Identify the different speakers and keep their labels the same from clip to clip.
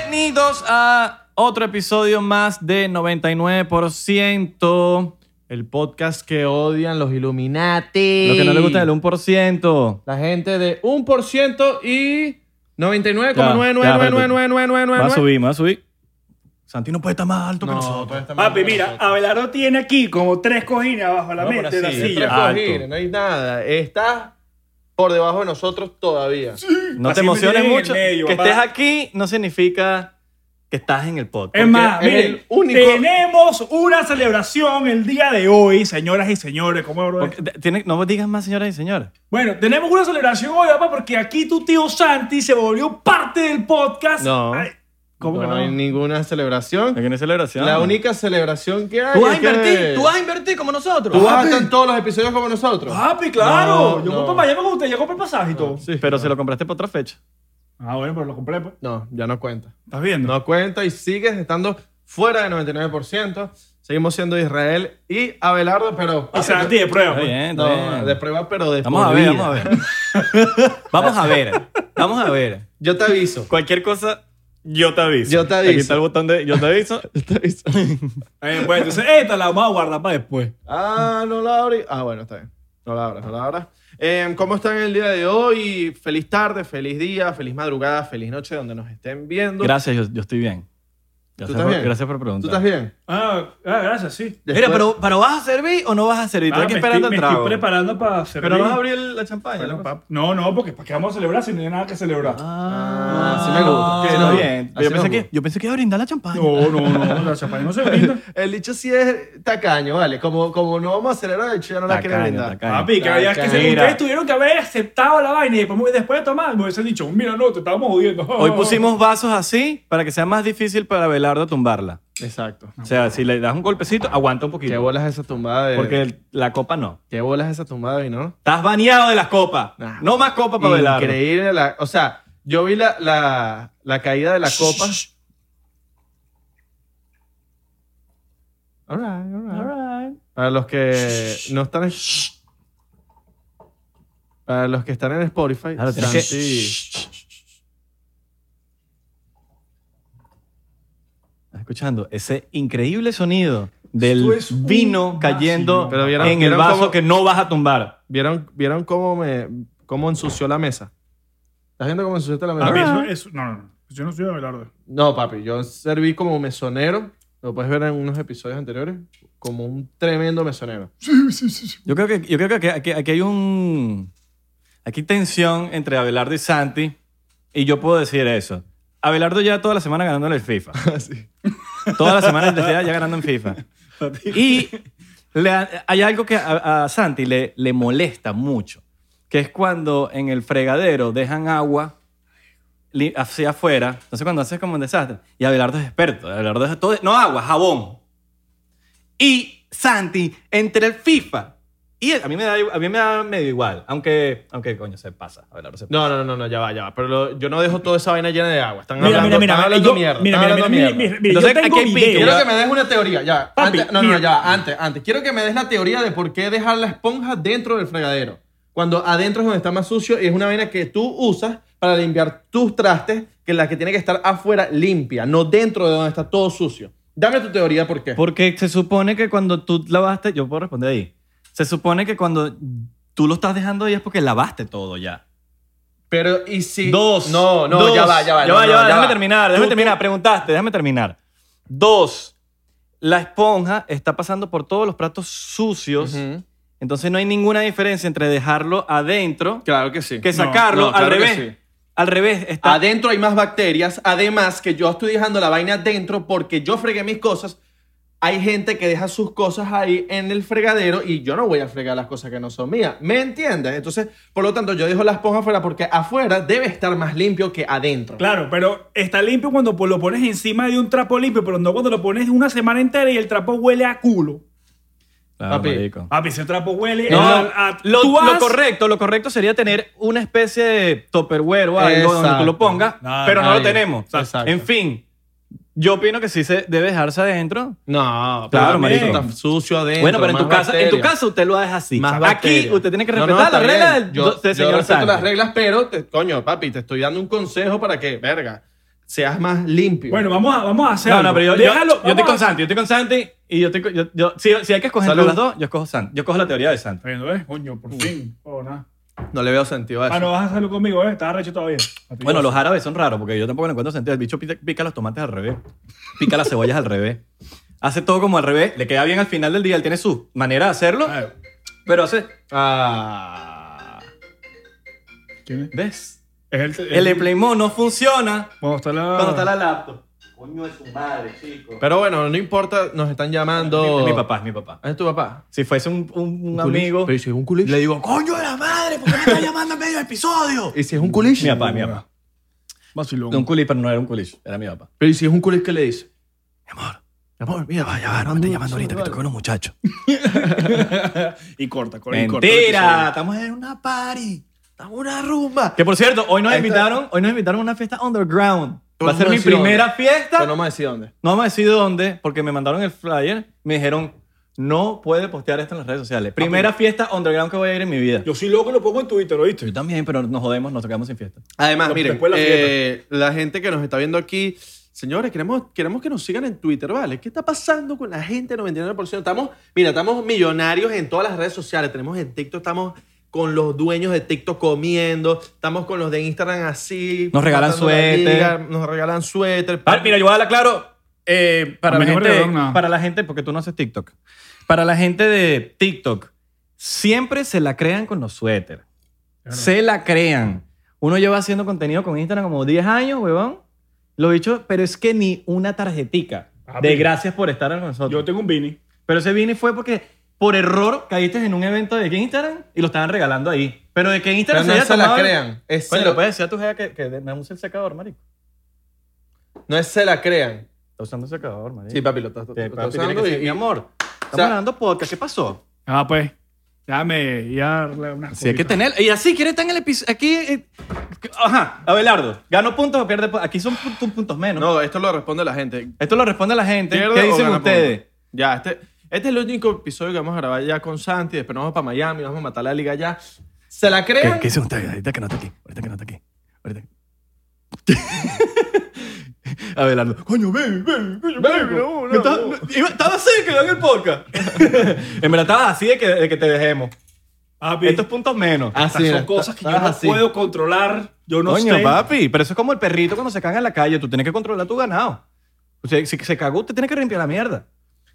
Speaker 1: Bienvenidos a otro episodio más de 99%,
Speaker 2: El podcast que odian los Illuminati.
Speaker 1: lo que no le gusta es el 1%.
Speaker 2: La gente de 1% y 99,9999999.
Speaker 1: Va a subir, me va a subir. Santi no puede estar más alto que
Speaker 2: No,
Speaker 1: nosotros.
Speaker 2: pero está mal.
Speaker 3: Papi, mira, Abelardo tiene aquí como tres cojines abajo la
Speaker 2: No,
Speaker 3: mente
Speaker 2: pero
Speaker 3: de la
Speaker 2: así, es
Speaker 3: silla.
Speaker 2: tres
Speaker 1: Alto.
Speaker 2: cojines, no hay nada. Estás por debajo de nosotros todavía.
Speaker 1: No te
Speaker 3: Así me
Speaker 1: emociones
Speaker 3: tienen en el
Speaker 1: mucho.
Speaker 3: medio,
Speaker 1: que
Speaker 3: papá.
Speaker 1: estés aquí no significa que estás en el podcast.
Speaker 3: Es más,
Speaker 2: es
Speaker 3: miren,
Speaker 2: el único-
Speaker 3: tenemos una celebración el día de hoy, señoras y señores. ¿Cómo bro?
Speaker 1: Porque- porque- tiene- no digas más, señoras y señores.
Speaker 3: Bueno, tenemos una celebración hoy, papá, porque aquí tu tío Santi se volvió parte del podcast.
Speaker 2: No.
Speaker 3: Ay, ¿Cómo que no?
Speaker 2: hay ninguna celebración.
Speaker 1: Aquí no hay celebración.
Speaker 2: La única celebración que hay.
Speaker 1: Tú vas a
Speaker 2: es que-
Speaker 1: invertir, tú vas a invertir como nosotros. Ah.
Speaker 2: Tú vas a estar en todos los episodios como nosotros.
Speaker 3: Papi, claro.
Speaker 2: No,
Speaker 3: yo
Speaker 2: no.
Speaker 3: voy para Miami con usted, yo compré el pasaje y todo.
Speaker 1: Sí, pero se lo compraste para otra fecha.
Speaker 3: Ah, bueno, pero lo compré, pues.
Speaker 2: No, ya no cuenta.
Speaker 3: ¿Estás viendo?
Speaker 2: No cuenta y sigues estando fuera del 99%. Seguimos siendo Israel y Abelardo, pero.
Speaker 3: Y Santi de prueba.
Speaker 1: Está
Speaker 3: pues.
Speaker 1: bien, está
Speaker 2: No,
Speaker 1: bien.
Speaker 2: de prueba, pero de
Speaker 1: Vamos
Speaker 2: por
Speaker 1: a ver,
Speaker 2: vida.
Speaker 1: vamos a ver. vamos a ver. Vamos a ver.
Speaker 2: Yo te aviso.
Speaker 1: Cualquier cosa, yo te aviso.
Speaker 2: Yo te
Speaker 1: Aquí
Speaker 2: aviso.
Speaker 1: está el botón de yo te aviso.
Speaker 3: Eh, pues entonces, esta la vamos a guardar para después.
Speaker 2: Ah, no la abrí. Ah, bueno, está bien. No la abras, no la abras. Eh, ¿Cómo están el día de hoy? Feliz tarde, feliz día, feliz madrugada, feliz noche, donde nos estén viendo.
Speaker 1: Gracias, yo, yo estoy bien.
Speaker 2: ¿Tú
Speaker 1: Gracias,
Speaker 2: estás
Speaker 1: por,
Speaker 2: bien?
Speaker 1: gracias por
Speaker 2: ¿Tú
Speaker 1: preguntar.
Speaker 2: estás bien?
Speaker 3: Ah, ah, gracias, sí.
Speaker 1: Mira, pero, pero ¿vas a servir o no vas a servir? Estoy
Speaker 3: Ah,
Speaker 1: aquí
Speaker 3: me
Speaker 1: esperando
Speaker 3: estoy-
Speaker 1: el
Speaker 3: me
Speaker 1: trago.
Speaker 3: estoy preparando para servir.
Speaker 1: Pero no vas a abrir la champaña.
Speaker 3: Bueno,
Speaker 1: ¿no?
Speaker 3: pap- No, no, porque ¿para qué vamos a celebrar si no hay nada que celebrar?
Speaker 2: Ah, sí me gusta.
Speaker 1: Sí,
Speaker 2: Sí,
Speaker 1: está
Speaker 2: no.
Speaker 1: bien.
Speaker 2: Así
Speaker 1: Yo pensé,
Speaker 2: no.
Speaker 1: que, yo pensé que iba a brindar la champaña.
Speaker 3: No, no, no, la champaña no se brinda.
Speaker 2: El dicho sí es tacaño, vale. Como, como no vamos a acelerar, el dicho ya no la quiere
Speaker 1: Tacaño,
Speaker 2: brindar.
Speaker 1: tacaño.
Speaker 3: Papi, que, había que se,
Speaker 1: Mira.
Speaker 3: ustedes tuvieron que haber aceptado la vaina y después, después de tomar me hubiesen dicho, mira, no, te estábamos jodiendo.
Speaker 1: Hoy pusimos vasos así para que sea más difícil para Belardo tumbarla.
Speaker 2: Exacto.
Speaker 1: O sea, si le das un golpecito, aguanta un
Speaker 2: ¿Qué
Speaker 1: poquito.
Speaker 2: bolas esa tumbada de.?
Speaker 1: Porque el- la copa no.
Speaker 2: ¿Qué bolas esa tumbada de vino?
Speaker 1: Estás baneado de las copas.
Speaker 2: Nah.
Speaker 1: No más copa para Belardo.
Speaker 2: Increíble. La, o sea, yo vi la, la, la caída de la copa. All right, all right. Para los que no están en... Para los que están en Spotify,
Speaker 1: Claro, tienes
Speaker 2: Santi-
Speaker 1: ¿Estás escuchando ese increíble sonido del
Speaker 3: Esto es un
Speaker 1: vino cayendo
Speaker 3: vacío.
Speaker 2: Pero vieron-
Speaker 1: en el
Speaker 2: vieron
Speaker 1: vaso
Speaker 2: cómo-
Speaker 1: que no vas a tumbar.
Speaker 2: ¿vieron, ¿vieron cómo me cómo ensució la mesa? ¿Estás viendo cómo ensució la mesa?
Speaker 3: Papi,
Speaker 1: Ah.
Speaker 3: eso, eso- no, no, no, yo no soy de Abelardo.
Speaker 2: No, papi, yo serví como mesonero. Lo puedes ver en unos episodios anteriores. Como un tremendo mesonero.
Speaker 3: Sí, sí, sí. sí.
Speaker 1: Yo creo que, yo creo que aquí, aquí- aquí hay un... Aquí hay tensión entre Abelardo y Santi y yo puedo decir eso. Abelardo ya toda la semana ganándole el FIFA.
Speaker 2: Así.
Speaker 1: Toda la semana desde ya ya ganando en FIFA. Y le ha- hay algo que a, a Santi le, le molesta mucho, que es cuando en el fregadero dejan agua li- hacia afuera. Entonces cuando haces como un desastre. Y Abelardo es experto. Abelardo es todo, no agua, jabón. Y Santi, entre el FIFA. Y él- a mí me da, igu- a mí me da medio igual, aunque, aunque coño, se pasa. Abelardo se pasa.
Speaker 2: No, no, no, no, ya va, ya va. Pero lo- yo no dejo toda esa vaina llena de agua. Están
Speaker 3: Mira,
Speaker 2: hablando,
Speaker 3: mira, mira.
Speaker 2: están hablando
Speaker 3: yo-
Speaker 2: mierda.
Speaker 3: Mira,
Speaker 2: están
Speaker 3: mira, mira,
Speaker 2: hablando
Speaker 3: mira,
Speaker 2: mierda.
Speaker 3: mira, mira,
Speaker 1: Entonces,
Speaker 3: yo tengo
Speaker 1: aquí hay pique.
Speaker 3: videos.
Speaker 2: Quiero que me des una teoría, ya.
Speaker 3: Papi,
Speaker 2: Antes- no, no, no,
Speaker 3: mira.
Speaker 2: ya, va, antes, antes. Quiero que me des la teoría de por qué dejar la esponja dentro del fregadero. Cuando adentro es donde está más sucio y es una vaina que tú usas para limpiar tus trastes, que es la que tiene que estar afuera limpia, no dentro de donde está todo sucio. Dame tu teoría por qué.
Speaker 1: Porque se supone que cuando tú lavaste, yo puedo responder ahí. Se supone que cuando tú lo estás dejando ahí es porque lavaste todo ya.
Speaker 2: Pero, ¿y si...?
Speaker 1: Dos.
Speaker 2: No, no,
Speaker 1: dos.
Speaker 2: ya va, ya va.
Speaker 1: Ya
Speaker 2: no,
Speaker 1: va,
Speaker 2: no,
Speaker 1: ya va. Déjame
Speaker 2: va.
Speaker 1: terminar, déjame
Speaker 2: Tú-
Speaker 1: terminar. Preguntaste, déjame terminar. Dos, la esponja está pasando por todos los platos sucios.
Speaker 2: Ujú.
Speaker 1: Entonces no hay ninguna diferencia entre dejarlo adentro
Speaker 2: Claro que sí.
Speaker 1: que
Speaker 2: No,
Speaker 1: sacarlo
Speaker 2: no, claro
Speaker 1: al
Speaker 2: que
Speaker 1: revés.
Speaker 2: sí.
Speaker 1: Al revés, está.
Speaker 2: Adentro hay más bacterias. Además, que yo estoy dejando la vaina adentro porque yo fregué mis cosas. Hay gente que deja sus cosas ahí en el fregadero y yo no voy a fregar las cosas que no son mías. ¿Me entiendes? Entonces, por lo tanto, yo dejo la esponja afuera porque afuera debe estar más limpio que adentro.
Speaker 3: Claro, pero está limpio cuando pues, lo pones encima de un trapo limpio, pero no cuando lo pones una semana entera y el trapo huele a culo.
Speaker 1: Claro,
Speaker 2: Papi.
Speaker 1: marico.
Speaker 3: Papi, ese trapo huele
Speaker 1: No,
Speaker 3: a, a-
Speaker 1: lo,
Speaker 3: tú
Speaker 1: lo
Speaker 3: has-
Speaker 1: correcto, lo correcto sería tener una especie de topperware o algo donde tú
Speaker 2: Exacto. Ah,
Speaker 1: lo pongas,
Speaker 3: Nada,
Speaker 1: pero no lo
Speaker 2: nadie.
Speaker 1: tenemos.
Speaker 2: Exacto.
Speaker 1: En fin, yo opino que sí se debe dejarse adentro.
Speaker 2: No,
Speaker 1: Claro,
Speaker 2: pero también
Speaker 1: marico.
Speaker 2: Está sucio adentro.
Speaker 1: bueno, pero en
Speaker 2: más
Speaker 1: tu casa, en tu
Speaker 2: bacterias.
Speaker 1: casa usted lo deja así.
Speaker 2: Más
Speaker 1: Aquí
Speaker 2: bacterias.
Speaker 1: usted tiene que
Speaker 2: No, no,
Speaker 1: respetar
Speaker 2: está
Speaker 1: la regla
Speaker 2: bien.
Speaker 1: del,
Speaker 2: yo,
Speaker 1: del
Speaker 2: yo
Speaker 1: señor
Speaker 2: respeto
Speaker 1: Sánchez.
Speaker 2: las reglas, pero, te- coño, papi, te estoy dando un consejo para que, verga, seas más limpio.
Speaker 3: Bueno, vamos a, vamos a hacer.
Speaker 1: No,
Speaker 3: algo.
Speaker 1: no, pero yo, yo-
Speaker 3: Déjalo,
Speaker 1: yo estoy
Speaker 3: vamos a-
Speaker 1: con Santi, yo estoy con Santi y yo estoy con- yo- yo- si, si hay que escoger entre
Speaker 2: Salud.
Speaker 1: las dos, yo escojo Santi. Yo cojo la teoría de Santi.
Speaker 3: Bueno, eh, coño, por fin. Oh, nada.
Speaker 2: No le veo sentido a eso.
Speaker 3: Ah, no vas a salir conmigo, ¿eh? Estás arrecho todavía. Patrioso.
Speaker 1: Bueno, los árabes son raros porque yo tampoco le encuentro sentido. El bicho pica, pica los tomates al revés, pica las cebollas al revés, hace todo como al revés, le queda bien al final del día, él tiene su manera de hacerlo,
Speaker 3: Claro.
Speaker 1: pero hace,
Speaker 2: Ah.
Speaker 3: ¿Quién es?
Speaker 1: ¿ves?
Speaker 3: Es el.
Speaker 1: El Play Mode no funciona
Speaker 3: Cuando está la.
Speaker 1: cuando está la laptop. Coño de su madre, chico.
Speaker 2: Pero bueno, no importa, nos están llamando.
Speaker 1: Es mi papá, es mi papá.
Speaker 2: Ah, ¿Es tu papá?
Speaker 1: Si fuese un, un- un
Speaker 2: ¿Un culich?
Speaker 1: amigo,
Speaker 2: Pero ¿y si es un culich.
Speaker 1: le digo, coño de la madre, ¿por qué me estás llamando en medio del episodio?
Speaker 2: ¿Y si es un culich?
Speaker 1: Mi papá, mi papá.
Speaker 3: Vacilón.
Speaker 1: De un culich, pero no era un culich, era mi papá.
Speaker 2: Pero ¿y si es un culich qué le dice?
Speaker 1: Mi amor, mi amor, mira, vaya, va, no me estés llamando ahorita, que estoy con unos muchachos.
Speaker 3: y corta, corta. y corta el
Speaker 1: Mentira, estamos en una party, estamos en una rumba. Que por cierto, hoy nos
Speaker 2: Ahí está.
Speaker 1: invitaron, hoy nos invitaron a una fiesta underground.
Speaker 2: Pero
Speaker 1: Va a
Speaker 2: no
Speaker 1: ser mi
Speaker 2: vamos a decir
Speaker 1: primera fiesta.
Speaker 2: Pero no me decía dónde.
Speaker 1: No vamos a decir dónde, porque me mandaron el flyer, me dijeron, no puede postear esto en las redes sociales. Primera fiesta underground que voy a ir en mi vida.
Speaker 3: episodio. Yo soy loco y lo pongo en Twitter, ¿oíste?
Speaker 1: Yo también, pero nos jodemos, nos quedamos sin fiesta.
Speaker 2: Además,
Speaker 3: No,
Speaker 2: miren,
Speaker 3: después la fiesta.
Speaker 2: eh, la gente que nos está viendo aquí, señores, queremos, queremos que nos sigan en Twitter, ¿vale? ¿Qué está pasando con la gente del 99%? Estamos, mira, estamos millonarios en todas las redes sociales. Tenemos en TikTok, estamos con los dueños de TikTok comiendo, estamos con los de Instagram así.
Speaker 1: Nos regalan
Speaker 2: matando la
Speaker 1: suéter.
Speaker 2: liga, Nos regalan suéter.
Speaker 1: Ah, mira, yo voy a darla claro. eh, para,
Speaker 3: A mí
Speaker 1: la
Speaker 3: no me
Speaker 1: gente,
Speaker 3: regalaron nada.
Speaker 1: para la gente, porque tú no haces TikTok. Para la gente de TikTok, siempre se la crean con los suéteres.
Speaker 3: Claro.
Speaker 1: Se la crean. Uno lleva haciendo contenido con Instagram como 10 años, huevón. Lo dicho, pero es que ni una tarjetica
Speaker 2: Ah,
Speaker 3: Papi.
Speaker 1: de gracias por estar con
Speaker 3: Yo
Speaker 1: nosotros.
Speaker 3: tengo un Vini.
Speaker 1: Pero ese vine fue porque por error caíste en un evento de que Instagram y lo estaban regalando ahí. Pero de que Instagram
Speaker 2: Pero no
Speaker 1: haya
Speaker 2: se la
Speaker 1: tomado el-
Speaker 2: crean. Es
Speaker 1: Coño,
Speaker 2: se-
Speaker 1: le puedes decir a tu jefa que, que me use el secador, marico.
Speaker 2: No es se la crean.
Speaker 1: Está usando el secador, marico.
Speaker 2: Sí, papi, lo estás, lo
Speaker 1: Sí,
Speaker 2: estás
Speaker 1: papi, tiene
Speaker 2: usando
Speaker 1: que
Speaker 2: y-
Speaker 1: ser, mi
Speaker 2: y-
Speaker 1: amor,
Speaker 2: o
Speaker 1: estamos
Speaker 2: sea-
Speaker 1: grabando podcast, ¿qué pasó?
Speaker 3: Ah, pues. Ya me. Ya. Una
Speaker 1: Si hay que tener, y así quiere estar en el episodio, aquí, eh, ajá, Abelardo, ¿gano puntos o pierde puntos? Aquí son pun- pun- puntos menos.
Speaker 2: No, esto lo responde la gente.
Speaker 1: Esto lo responde la gente,
Speaker 2: ¿Pierde
Speaker 1: ¿qué
Speaker 2: o
Speaker 1: dicen
Speaker 2: gana
Speaker 1: ustedes?
Speaker 2: puntos? Ya, este, este es el único episodio que vamos a grabar ya con Santi. Después nos vamos para Miami, vamos a matar la liga ya. ¿Se la crean?
Speaker 1: dicen ustedes? Ahorita que no está aquí, ahorita que no está aquí, ahorita Abelardo, coño, baby, baby, coño, baby, no, no,
Speaker 2: estaba-
Speaker 1: no. Iba- Estaba así que en el podcast. en verdad estabas así de que, de que te dejemos.
Speaker 3: Papi,
Speaker 1: Estos puntos menos.
Speaker 2: Ah,
Speaker 3: estas
Speaker 2: sí,
Speaker 3: son
Speaker 2: está-
Speaker 3: cosas que yo
Speaker 2: estabas
Speaker 3: no
Speaker 2: así.
Speaker 3: puedo controlar. Yo no
Speaker 1: Coño,
Speaker 3: sé.
Speaker 1: papi, pero eso es como el perrito cuando se caga en la calle. Tú tienes que controlar tu ganado. O sea, si se cagó, usted tiene que limpiar la mierda.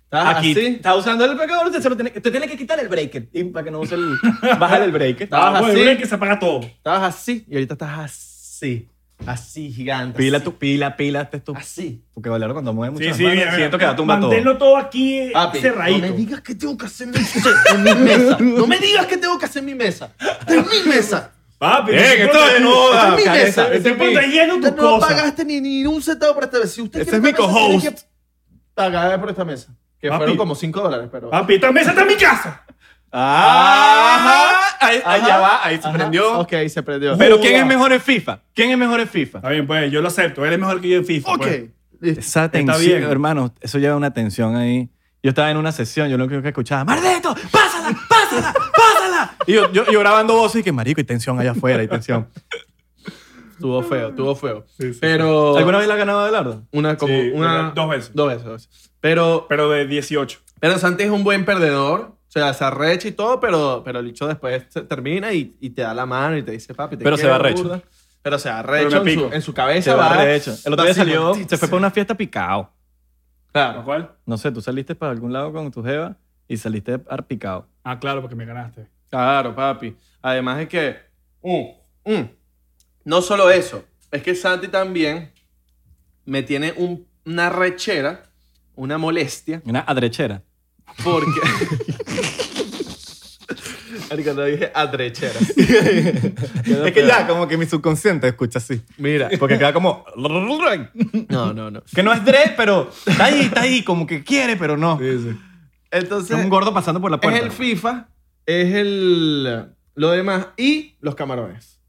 Speaker 2: ¿Estás
Speaker 1: Aquí
Speaker 2: así?
Speaker 1: está usando el pecador, usted, se lo tiene, usted tiene que quitar el breaker y para que no use el. bajar el breaker.
Speaker 2: Ah,
Speaker 3: Ah, bueno,
Speaker 2: así.
Speaker 3: mira que se apaga todo.
Speaker 2: Estabas así y ahorita estás así. Así, gigante.
Speaker 1: Pila
Speaker 2: así.
Speaker 1: tu pila, pila, este es tu.
Speaker 2: Así.
Speaker 1: Porque Valero cuando mueve mucho.
Speaker 3: Sí, sí, mira,
Speaker 1: siento
Speaker 3: mira.
Speaker 1: que la tumba todo.
Speaker 3: Manténlo todo aquí eh,
Speaker 2: Papi, no me
Speaker 3: cerradito.
Speaker 2: digas que tengo que hacer mi, en mi mesa. No me digas que tengo que hacer mi mesa. En mi mesa.
Speaker 3: Papi,
Speaker 1: Eh, que esto es nuevo.
Speaker 2: Esta es mi
Speaker 1: Cabeza,
Speaker 2: mesa.
Speaker 1: ese
Speaker 3: Te
Speaker 1: es mi-
Speaker 3: protegiendo
Speaker 2: Usted
Speaker 3: tus
Speaker 2: no
Speaker 3: cosas.
Speaker 2: pagaste ni, ni un centavo por esta mesa. Si usted
Speaker 1: Ese
Speaker 2: quiere
Speaker 1: es mi
Speaker 2: una mesa, tiene
Speaker 1: cohost.
Speaker 2: que Pagar por esta mesa. Que
Speaker 3: Papi.
Speaker 2: fueron como 5 dólares, pero.
Speaker 3: Papi, esta mesa está en mi casa.
Speaker 1: Ah, Ajá, ahí,
Speaker 2: Ajá,
Speaker 1: allá va, ahí se
Speaker 2: ajá.
Speaker 1: prendió.
Speaker 2: Ok, ahí se prendió.
Speaker 1: Pero ¿quién es mejor en FIFA? ¿Quién es mejor en FIFA?
Speaker 3: Está bien, pues yo lo acepto. Él es mejor que yo en FIFA.
Speaker 2: Ok.
Speaker 3: pues.
Speaker 2: listo.
Speaker 1: Esa
Speaker 3: bien.
Speaker 1: tensión, hermano, eso lleva una tensión ahí. Yo estaba en una sesión, yo lo único que escuchaba, ¡Mardeto! ¡Pásala! ¡Pásala! ¡Pásala! Y yo, yo, yo grabando voces y que, marico, y tensión allá afuera, y tensión.
Speaker 2: Estuvo feo, estuvo feo.
Speaker 3: Sí, sí,
Speaker 2: Pero.
Speaker 1: ¿Alguna vez la ha ganado Abelardo?
Speaker 2: Una como.
Speaker 3: Sí,
Speaker 2: una,
Speaker 3: dos veces.
Speaker 2: Dos veces, dos veces. Pero,
Speaker 3: Pero de 18.
Speaker 2: pero Santi es un buen perdedor. O sea, se arrecha y todo, pero, pero el bicho después se- termina y, y te da la mano y te dice, papi, te
Speaker 1: Pero se
Speaker 2: quiero,
Speaker 1: va arrecho.
Speaker 2: burda". Pero se va arrecho
Speaker 3: Pero me
Speaker 2: en, su,
Speaker 3: pico.
Speaker 2: en su cabeza.
Speaker 1: Se va Ah,
Speaker 2: va-
Speaker 1: arrecho. El otro
Speaker 2: va
Speaker 1: día
Speaker 2: así,
Speaker 1: salió,
Speaker 2: maldito
Speaker 1: se fue
Speaker 2: sea.
Speaker 1: para una fiesta picado.
Speaker 3: ¿Lo
Speaker 2: Claro.
Speaker 3: cual?
Speaker 1: No sé, tú saliste para algún lado con tu jeva y saliste ar- picado.
Speaker 3: Ah, claro, porque me ganaste.
Speaker 2: Claro, papi. Además es que. mm, mm, no solo eso. Es que Santi también me tiene un- una rechera, una molestia.
Speaker 1: Una adrechera.
Speaker 2: Porque. Marico, no dije adrechera.
Speaker 1: Es que ya, como que mi subconsciente escucha así.
Speaker 2: Mira.
Speaker 1: Porque queda como...
Speaker 2: No, no, no.
Speaker 1: Que no es dre, pero está ahí, está ahí, como que quiere, pero no.
Speaker 3: Sí, sí.
Speaker 1: Es
Speaker 2: Entonces,
Speaker 1: un gordo pasando por la
Speaker 2: es
Speaker 1: puerta.
Speaker 2: el FIFA, es el. Lo demás. Y los camarones.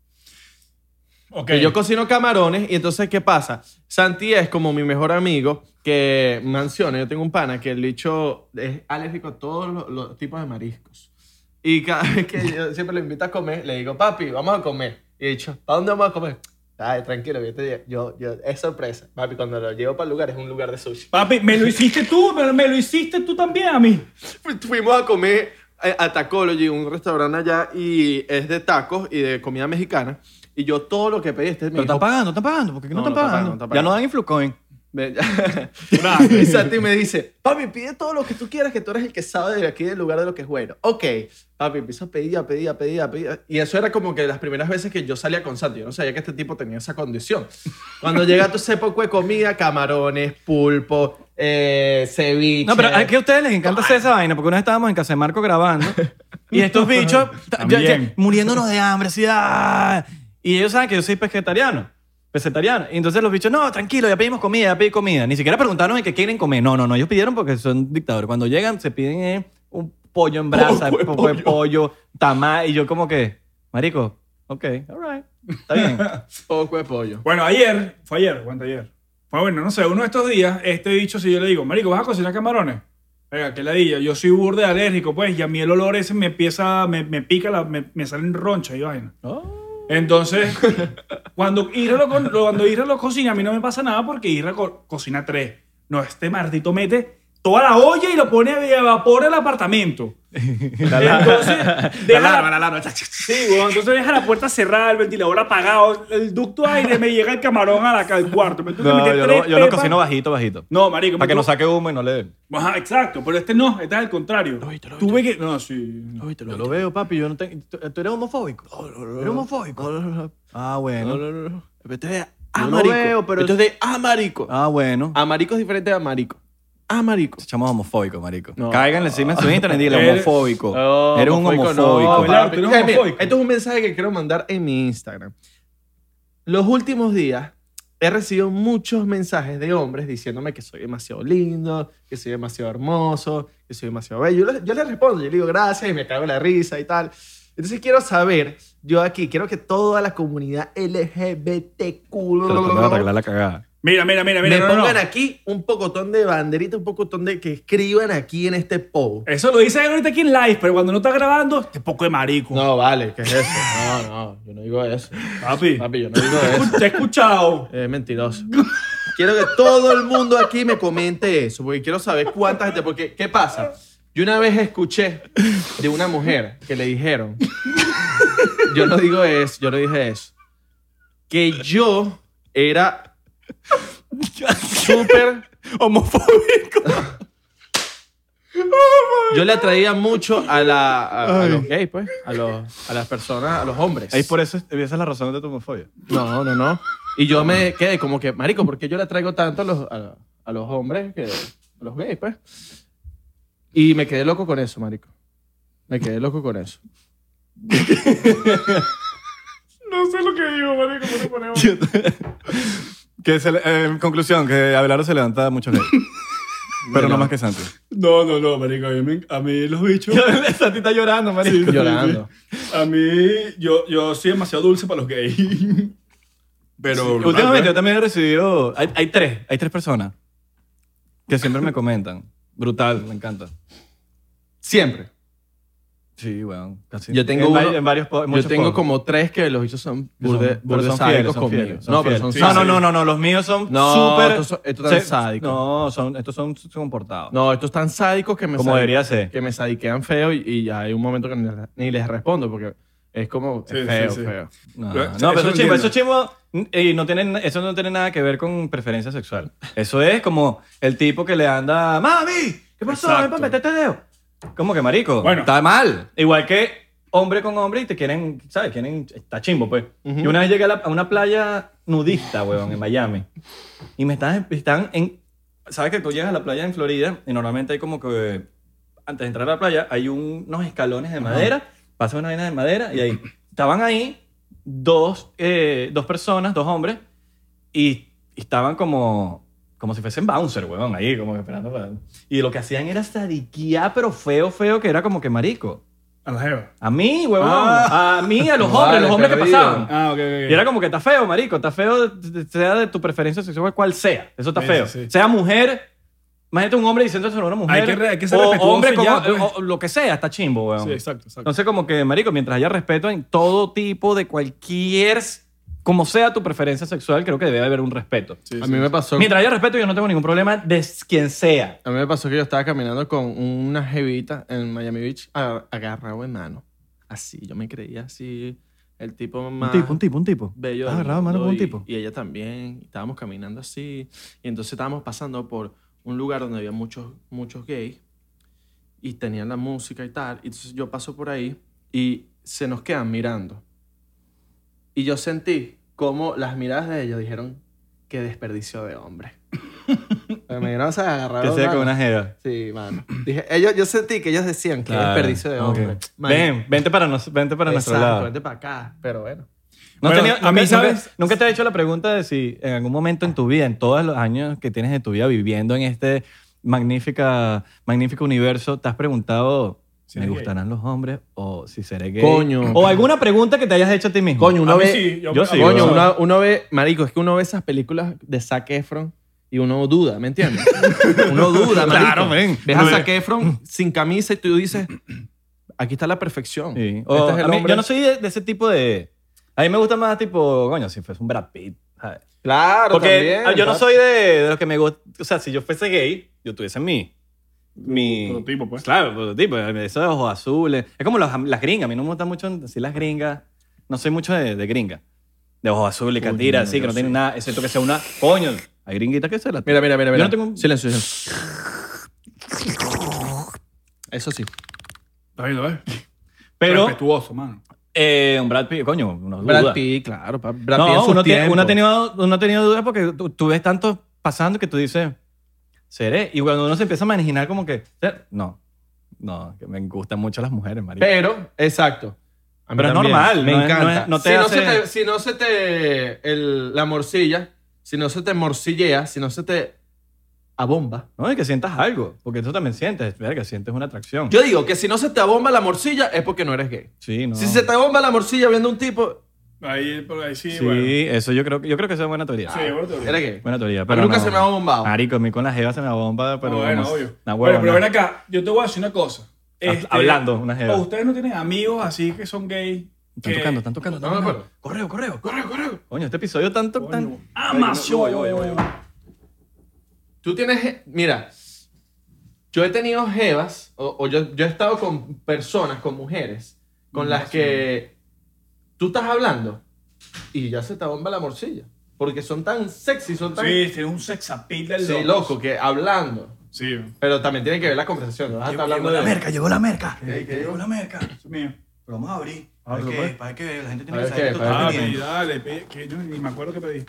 Speaker 3: Ok.
Speaker 2: Que yo cocino camarones y entonces, ¿qué pasa? Santi es como mi mejor amigo que menciona. Yo tengo un pana que el bicho es alérgico a todos los, los tipos de mariscos. Y cada vez que yo siempre lo invito a comer, le digo, papi, vamos a comer. Y el bicho, ¿para dónde vamos a comer? Ay, tranquilo, yo te digo, yo, yo, es sorpresa. Papi, cuando lo llevo para el lugar es un lugar de sushi.
Speaker 3: Papi, me lo hiciste tú, pero me lo hiciste tú también a mí.
Speaker 2: Fu- Fuimos a comer eh, a Tacology, un restaurante allá, y es de tacos y de comida mexicana. Y yo todo lo que pedí, este me
Speaker 1: Pero están
Speaker 2: dijo,
Speaker 1: pagando, están pagando. ¿Por qué no,
Speaker 2: No,
Speaker 1: están
Speaker 2: no están
Speaker 1: pagando?
Speaker 2: pagando, no están
Speaker 1: Ya no
Speaker 2: pagando.
Speaker 1: dan Influcoin.
Speaker 2: Ve- Una- y Santi me dice, papi, pide todo lo que tú quieras, que tú eres el que sabe de aquí del lugar de lo que es bueno. Ok, papi, empiezo a pedir, a pedir, a pedir, a pedir. Y eso era como que las primeras veces que yo salía con Santi, yo no sabía que este tipo tenía esa condición. Cuando llega tu poco de comida, camarones, pulpo, eh, ceviche.
Speaker 1: No, pero es que a ustedes les encanta hacer esa vaina, porque una vez estábamos en Casa de Marco grabando y estos bichos ta- ya- ya-
Speaker 3: También.
Speaker 1: muriéndonos de hambre, así, ¡ah! Y ellos saben que yo soy pescetariano, pescetariano. Y entonces los bichos, no, tranquilo, ya pedimos comida, ya pedí comida. Ni siquiera preguntaron de qué quieren comer. No, no, no, ellos pidieron porque son dictadores. Cuando llegan se piden eh, un pollo en brasa,
Speaker 2: Poco de
Speaker 1: un poco de pollo, tamal, y yo como que, marico, ok, alright, está bien.
Speaker 2: Poco de pollo.
Speaker 3: Bueno, ayer, fue ayer, cuánto ayer. Fue bueno, no sé, uno de estos días, este bicho, si yo le digo, Marico, ¿vas a cocinar camarones? Venga, que ladilla, yo soy burde alérgico, pues, y a mí el olor ese me empieza, me, me pica, la- me, me salen ronchas y vaina.
Speaker 1: Oh.
Speaker 3: Entonces, cuando Isra, lo, con- lo- cuando Isra lo cocina, a mí no me pasa nada porque Isra co- cocina tres. No, este martito mete toda la olla y lo pone a evapor el apartamento. Entonces, deja la- Sí, weón, entonces deja la puerta cerrada, el ventilador apagado, el ducto aire, me llega el camarón a la, al cuarto. Me tuve que
Speaker 1: No,
Speaker 3: meter
Speaker 1: yo
Speaker 3: tres
Speaker 1: lo, yo lo
Speaker 3: pepas.
Speaker 1: cocino bajito, bajito.
Speaker 3: No, marico. me
Speaker 1: Para que no
Speaker 3: tuve-
Speaker 1: saque humo y no le dé.
Speaker 3: Ajá, exacto, pero este no, este es al contrario.
Speaker 1: viste, lo
Speaker 3: Tuve que... No, sí.
Speaker 1: Yo lo veo, papi. Yo no tengo. ¿Tú, tú eres homofóbico? ¿Eres homofóbico? Ah, bueno.
Speaker 2: Esto es de
Speaker 1: lo
Speaker 2: amarico.
Speaker 1: veo, pero-
Speaker 2: Esto es de amarico.
Speaker 1: Ah, bueno.
Speaker 2: Amarico es diferente Ah, de amarico. Amarico.
Speaker 1: Te llamamos homofóbico, marico.
Speaker 2: No.
Speaker 1: Cáiganle encima en su internet y dile
Speaker 3: Eres-
Speaker 1: homofóbico.
Speaker 2: No,
Speaker 1: eres un homofóbico.
Speaker 2: No,
Speaker 3: Oh, Claro,
Speaker 2: papi.
Speaker 3: tú eres
Speaker 2: Eh, mira,
Speaker 3: homofóbico.
Speaker 2: Esto es un mensaje que quiero mandar en mi Instagram. Los últimos días he recibido muchos mensajes de hombres diciéndome que soy demasiado lindo, que soy demasiado hermoso, que soy demasiado bello. Yo les, yo les respondo, yo les digo gracias y me cago en la risa y tal. Entonces quiero saber, yo aquí, quiero que toda la comunidad LGBTQ
Speaker 1: Te lo tengo que arreglar la cagada.
Speaker 3: Mira, mira, mira, mira.
Speaker 2: me
Speaker 3: no, no, no.
Speaker 2: pongan aquí un pocotón de banderita, un pocotón de que escriban aquí en este post.
Speaker 3: Eso lo dice ahorita aquí en live, pero cuando no está grabando, este poco de marico.
Speaker 2: No, vale, ¿qué es eso? No, no, yo no digo eso.
Speaker 3: Papi,
Speaker 2: Papi, yo no digo
Speaker 3: te
Speaker 2: eso.
Speaker 3: escu- te he escuchado.
Speaker 2: Es mentiroso. Quiero que todo el mundo aquí me comente eso, porque quiero saber cuánta gente. Porque, ¿qué pasa? Yo una vez escuché de una mujer que le dijeron: Yo no digo eso, yo no dije eso. Que yo era súper.
Speaker 1: Homofóbico.
Speaker 2: Yo le atraía mucho a, la, a, a los gays, pues. A, los, a las personas, a los hombres.
Speaker 1: Es por eso, esa es la razón de tu homofobia.
Speaker 2: No, no, no. Y yo me quedé como que, marico, ¿por qué yo le traigo tanto a los, a, a los hombres que a los gays, pues? Y me quedé loco con eso, marico. Me quedé loco con eso.
Speaker 3: No sé lo que digo, marico, pero ponemos.
Speaker 1: Que se le- eh, en conclusión, que Abelardo se levanta mucho ley. Pero no más que Santi.
Speaker 3: No, no, no, marico. A mí, me- a mí los bichos.
Speaker 1: Santi está llorando,
Speaker 3: Sí, sí,
Speaker 2: llorando.
Speaker 3: sí. A mí, yo, yo soy demasiado dulce para los gays. Pero.
Speaker 1: Últimamente yo también he recibido. Hay, hay tres, hay tres personas que siempre me comentan. Brutal, me encanta.
Speaker 2: Siempre.
Speaker 1: Sí, bueno, casi.
Speaker 2: Yo tengo
Speaker 1: en, va-
Speaker 2: uno-
Speaker 1: en varios po- en muchos
Speaker 2: yo tengo
Speaker 1: posts.
Speaker 2: como tres que los hechos
Speaker 1: Que
Speaker 2: son
Speaker 1: son-
Speaker 2: burde,
Speaker 1: pero
Speaker 2: burde
Speaker 1: son
Speaker 2: sádicos
Speaker 1: fieles, son
Speaker 2: conmigo.
Speaker 1: fieles, son
Speaker 2: no, pero son
Speaker 1: fieles.
Speaker 3: sádicos.
Speaker 1: No, no, no, no, los míos son
Speaker 2: No,
Speaker 1: súper.
Speaker 2: estos son- estos están
Speaker 1: se-
Speaker 2: sádicos.
Speaker 1: No, son, estos son son comportados.
Speaker 2: No, estos están sádicos que me Eh,
Speaker 1: como
Speaker 2: sadi-
Speaker 1: debería ser.
Speaker 2: que me sadiquean feo y, y ya hay un momento que ni, ni les respondo porque es como es
Speaker 3: Sí, sí,
Speaker 2: feo,
Speaker 3: sí.
Speaker 2: feo.
Speaker 1: No,
Speaker 3: Pero-
Speaker 1: no,
Speaker 3: eso
Speaker 1: pero
Speaker 3: lo
Speaker 1: esos chimos,
Speaker 3: entiendo.
Speaker 1: esos chimos, eh, no tienen, eso no tiene nada que ver con preferencia sexual. Eso es como el tipo que le anda, mami, ¿qué pasó? Ven
Speaker 3: Exacto.
Speaker 1: para meterte dedo. Como que marico,
Speaker 3: Bueno.
Speaker 1: está mal. Igual que hombre con hombre y te quieren, ¿sabes? Quieren, está chimbo, pues.
Speaker 2: Ujú.
Speaker 1: Yo una vez llegué a, la- a una playa nudista, weón, en Miami. Y me están, están en... ¿Sabes que tú llegas a la playa en Florida y normalmente hay como que... Antes de entrar a la playa hay un- unos escalones de madera, pasa una vaina de madera y ahí... Estaban ahí dos, eh, dos personas, dos hombres, y estaban como... Como si fuesen bouncer, weón, ahí, como que esperando para... Y lo que hacían era sadiquía, pero feo, feo, que era como que marico.
Speaker 3: A la jeva.
Speaker 1: A mí, huevón.
Speaker 3: Ah.
Speaker 1: A mí, a los
Speaker 2: Vale,
Speaker 1: hombres, los hombres que
Speaker 2: perdido.
Speaker 1: pasaban.
Speaker 3: Ah, ok, ok.
Speaker 1: Y era como que está feo, marico. Está feo, de- de- sea de tu preferencia sexual, cual sea. Eso está
Speaker 3: Sí,
Speaker 1: feo.
Speaker 3: sí, sí.
Speaker 1: Sea mujer, imagínate un hombre diciendo eso a una mujer.
Speaker 3: Hay que re- hay que ser
Speaker 1: o
Speaker 3: respetuoso
Speaker 1: hombre
Speaker 3: y
Speaker 1: con-
Speaker 3: ya, pues.
Speaker 1: o- o lo que sea, está chimbo, weón.
Speaker 3: Sí, exacto, exacto.
Speaker 1: Entonces, como que, marico, mientras haya respeto en todo tipo de cualquier como sea tu preferencia sexual, creo que debe haber un respeto.
Speaker 2: a mí me pasó.
Speaker 1: Mientras haya respeto, yo no tengo ningún problema de quien sea.
Speaker 2: A mí me pasó que yo estaba caminando con una jevita en Miami Beach a- agarrado de mano. Así, yo me creía así, el tipo más
Speaker 1: tipo, un tipo.
Speaker 2: bello.
Speaker 1: Ah,
Speaker 2: del
Speaker 1: agarrado de mano
Speaker 2: mundo
Speaker 1: con un
Speaker 2: y-
Speaker 1: tipo.
Speaker 2: Y ella también. y Estábamos caminando así. Y entonces estábamos pasando por un lugar donde había muchos, muchos gays. Y tenían la música y tal. Y entonces yo paso por ahí y se nos quedan mirando. Y yo sentí como las miradas de ellos dijeron, qué desperdicio de hombre. Pero me dieron, o sea, agarrado
Speaker 1: Que
Speaker 2: de
Speaker 1: sea con
Speaker 2: mano.
Speaker 1: una jeva.
Speaker 2: Sí, mano. Dije, ellos, yo sentí que ellos decían que
Speaker 1: Claro.
Speaker 2: desperdicio de
Speaker 1: Ok.
Speaker 2: hombre. Man,
Speaker 1: Ven, vente para, nos- vente para nuestro
Speaker 2: exacto,
Speaker 1: lado.
Speaker 2: vente para acá. Pero bueno.
Speaker 1: No
Speaker 3: Bueno,
Speaker 1: tenía-
Speaker 3: a mí,
Speaker 1: nunca,
Speaker 3: ¿sabes?
Speaker 1: Nunca, nunca te he hecho la pregunta de si en algún momento en tu vida, en todos los años que tienes de tu vida viviendo en este magnífica, magnífico universo, te has preguntado,
Speaker 3: Si
Speaker 1: ¿me
Speaker 3: eres
Speaker 1: gustarán los hombres o si seré gay?
Speaker 2: Coño.
Speaker 1: O alguna pregunta que te hayas hecho a ti mismo.
Speaker 2: Coño,
Speaker 3: A
Speaker 2: uno
Speaker 3: mí
Speaker 2: ve.
Speaker 3: sí, yo-
Speaker 1: yo
Speaker 3: a-
Speaker 1: sí,
Speaker 2: coño,
Speaker 1: weón.
Speaker 2: uno, uno ve. Marico, es que uno ve esas películas de Zac Efron y uno duda, ¿me entiendes? uno duda, marico.
Speaker 1: Claro, ven.
Speaker 2: Ves a
Speaker 1: Uno ve-
Speaker 2: Zac Efron sin camisa y tú dices, aquí está la perfección.
Speaker 1: Sí.
Speaker 2: Este
Speaker 1: O
Speaker 2: es el
Speaker 1: a mí-
Speaker 2: hombre.
Speaker 1: yo no soy de, de ese tipo de... A mí me gusta más tipo, coño, si fuese un Brad Pitt. ¿sabes?
Speaker 2: Claro,
Speaker 1: Porque ah,
Speaker 2: también,
Speaker 1: yo no
Speaker 2: claro.
Speaker 1: soy de, de los que me gusta... O sea, si yo fuese gay, yo tuviese mi... Mi...
Speaker 3: Prototipo, pues.
Speaker 1: Claro, prototipo. Eso de ojos azules. Es como los- las gringas. A mí no me gustan mucho decir las gringas. No soy mucho de, de gringa. De ojos azules,
Speaker 2: Uy,
Speaker 1: catira,
Speaker 2: no,
Speaker 1: así,
Speaker 2: yo
Speaker 1: que no tienen
Speaker 2: sí.
Speaker 1: nada. Excepto que sea una... Coño, hay gringuitas que se la...
Speaker 2: Mira, mira, mira.
Speaker 1: Yo
Speaker 2: mira.
Speaker 1: no tengo un-
Speaker 2: Silencio, silencio. Eso sí.
Speaker 3: Está bien, ¿ves?
Speaker 1: Pero
Speaker 3: Respetuoso, mano.
Speaker 1: eh, un Brad Pitt, coño, uno
Speaker 2: Brad
Speaker 1: duda.
Speaker 2: Pitt, claro. pa- Brad Pitt en
Speaker 1: no,
Speaker 2: sus
Speaker 1: uno, tiene-
Speaker 2: tiempos.
Speaker 1: uno ha tenido, uno ha tenido dudas porque tú, tú ves tantos pasando que tú dices, seré. Y cuando uno se empieza a marginar, como que, "Ser- no, no, que me gustan mucho las mujeres, marico.
Speaker 2: Pero, exacto. A mí
Speaker 1: Pero es
Speaker 2: también,
Speaker 1: normal,
Speaker 2: Me
Speaker 1: no es-
Speaker 2: encanta.
Speaker 1: no es- no te
Speaker 2: si,
Speaker 1: hace-
Speaker 2: no se te, si no se te. el- la morcilla, si no se te morcillea, si no se te. abomba.
Speaker 1: No, y que sientas algo, porque tú también sientes, que sientes una atracción.
Speaker 2: Yo digo que si no se te abomba la morcilla es porque no eres gay.
Speaker 1: sí, no.
Speaker 2: Si se te abomba la morcilla viendo un tipo,
Speaker 3: Ahí, pero ahí sí,
Speaker 1: sí,
Speaker 3: bueno. Sí,
Speaker 1: eso yo creo, que- yo creo que esa es buena teoría.
Speaker 3: bueno, te
Speaker 2: eres gay.
Speaker 1: Buena teoría,
Speaker 2: Pero
Speaker 1: pero
Speaker 2: nunca
Speaker 1: no.
Speaker 2: se me ha bombado.
Speaker 1: Marico, a mí con la jeva se me bomba, pero
Speaker 3: No, bueno,
Speaker 1: como-
Speaker 3: obvio.
Speaker 1: una
Speaker 3: Bueno, pero
Speaker 1: huevona.
Speaker 3: ven acá, yo te voy a decir una cosa.
Speaker 1: Ha- hablando, una jeva.
Speaker 3: o Ustedes no tienen amigos así que son gay.
Speaker 1: Están
Speaker 3: que-
Speaker 1: tocando, están tocando. están
Speaker 2: No, no,
Speaker 1: tocando.
Speaker 2: pero-
Speaker 1: Correo, correo, correo.
Speaker 2: Corre, corre.
Speaker 1: Coño, este episodio tanto,
Speaker 3: Coño.
Speaker 1: tan...
Speaker 3: Ah, macho.
Speaker 1: Yo voy, yo voy, yo voy, yo voy.
Speaker 2: Tú tienes. Mira, yo he tenido jevas, o, o yo, yo he estado con personas, con mujeres, con
Speaker 4: Mm,
Speaker 2: las que tú estás hablando y ya se te bomba la morcilla. Porque son tan sexy, son tan.
Speaker 3: Sí, tiene un sex appeal del
Speaker 2: sí, loco, que hablando.
Speaker 3: Sí. Llegó,
Speaker 2: Pero también tiene que ver la conversación, no vas a estar hablando
Speaker 4: la
Speaker 2: de.
Speaker 4: merca, llegó la merca.
Speaker 3: ¿Qué, qué?
Speaker 4: Llegó la merca.
Speaker 3: Eso es mío.
Speaker 4: Pero vamos a abrir.
Speaker 1: Ah,
Speaker 4: Para
Speaker 1: ¿se
Speaker 4: que,
Speaker 1: puede?
Speaker 4: para que la gente
Speaker 2: A
Speaker 4: tiene que
Speaker 2: ver
Speaker 4: saber
Speaker 2: qué,
Speaker 4: que tú
Speaker 2: para
Speaker 3: Ah,
Speaker 4: estás
Speaker 2: ver
Speaker 3: pedí,
Speaker 4: viniendo.
Speaker 3: dale, pedí, que yo ni me acuerdo que pedí.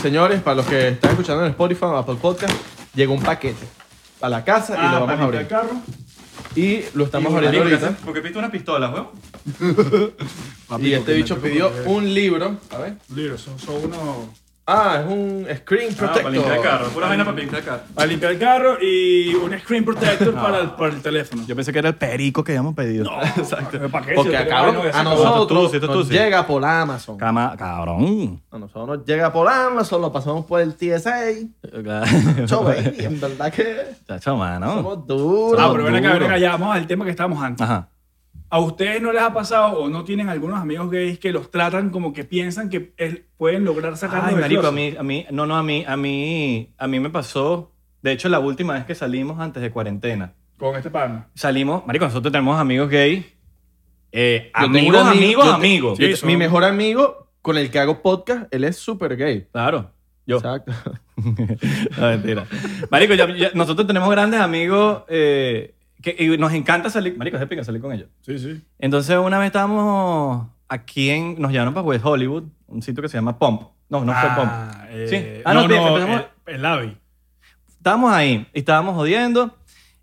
Speaker 2: Señores, para los que están escuchando en Spotify o Apple Podcast, llegó un paquete a la casa y
Speaker 3: Ah,
Speaker 2: lo vamos
Speaker 3: para
Speaker 2: a
Speaker 3: el
Speaker 2: abrir.
Speaker 3: carro.
Speaker 2: Y lo estamos abriendo ahorita.
Speaker 1: Porque piste una pistola, weón.
Speaker 2: Y este bicho pidió un libro. A ver.
Speaker 3: Libros, son, son unos...
Speaker 2: Ah, es un screen protector.
Speaker 1: pura vaina para limpiar el carro.
Speaker 3: Para limpiar el carro y un screen protector para, el, para el teléfono.
Speaker 1: Yo pensé que era el perico que habíamos pedido.
Speaker 3: Exacto. ¿Para qué?
Speaker 2: Porque
Speaker 3: Si
Speaker 2: acá ah,
Speaker 3: no, esa
Speaker 1: Esto es
Speaker 2: a
Speaker 3: cosa-
Speaker 2: nosotros
Speaker 1: tú, esto es tú,
Speaker 2: nos
Speaker 1: sí.
Speaker 2: llega por Amazon.
Speaker 1: Cama- cabrón.
Speaker 2: A nosotros nos llega por Amazon, lo pasamos por el TSA. Chau, baby, eh, en verdad que
Speaker 1: Chacho, mano.
Speaker 2: somos duros.
Speaker 3: Ah, pero ven acá,
Speaker 1: Duro.
Speaker 3: ven acá, ya vamos al tema que estábamos antes.
Speaker 1: Ajá.
Speaker 3: ¿A ustedes no les ha pasado o no tienen algunos amigos gays que los tratan como que piensan que el- pueden lograr sacarlos
Speaker 1: Ay,
Speaker 3: del
Speaker 1: marico, a
Speaker 3: closet?
Speaker 1: mí, a mí, no, no, a mí, a mí, a mí me pasó. De hecho, la última vez que salimos antes de cuarentena,
Speaker 3: Con este pan.
Speaker 1: salimos, marico, nosotros tenemos amigos gay. Eh,
Speaker 2: Yo tengo
Speaker 1: amigos,
Speaker 2: un amigo-
Speaker 1: amigos,
Speaker 2: yo te-
Speaker 1: amigos.
Speaker 3: Sí.
Speaker 2: Yo te- Mi mejor amigo con el que hago podcast, él es súper gay.
Speaker 1: Claro. Yo.
Speaker 2: Exacto.
Speaker 1: No, mentira. Marico, ya- ya- nosotros tenemos grandes amigos eh, que y nos encanta salir. Marico, es pica salir con ellos.
Speaker 3: Sí, sí.
Speaker 1: Entonces, una vez estábamos aquí en. Nos llevaron para West Hollywood, un sitio que se llama Pump. No, no fue Pump.
Speaker 3: ah, eh,
Speaker 1: Sí.
Speaker 3: Ah,
Speaker 1: Ah,
Speaker 3: no,
Speaker 1: no,
Speaker 3: no,
Speaker 1: empezamos-
Speaker 3: el, el AVI.
Speaker 1: estábamos ahí y estábamos jodiendo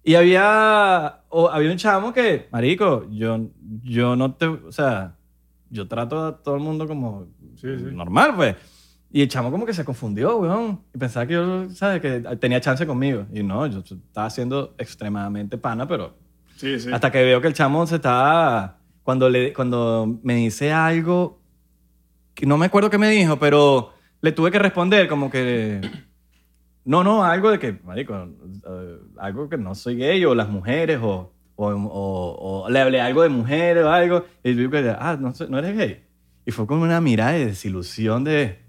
Speaker 1: y había o había un chamo que marico yo yo no te o sea yo trato a todo el mundo como
Speaker 3: Sí, sí.
Speaker 1: normal pues y el chamo como que se confundió weón y pensaba que yo sabes que tenía chance conmigo y no yo estaba siendo extremadamente pana pero
Speaker 3: Sí, sí.
Speaker 1: hasta que veo que el chamo se está. Cuando, le, cuando me dice algo. Que no me acuerdo qué me dijo, pero le tuve que responder como que. No, no, algo de que, marico, eh, algo que no soy gay o las mujeres o, o, o- o le hablé algo de mujeres o algo. Y yo digo, que, ah, no, soy- no eres gay. Y fue con una mirada de desilusión de...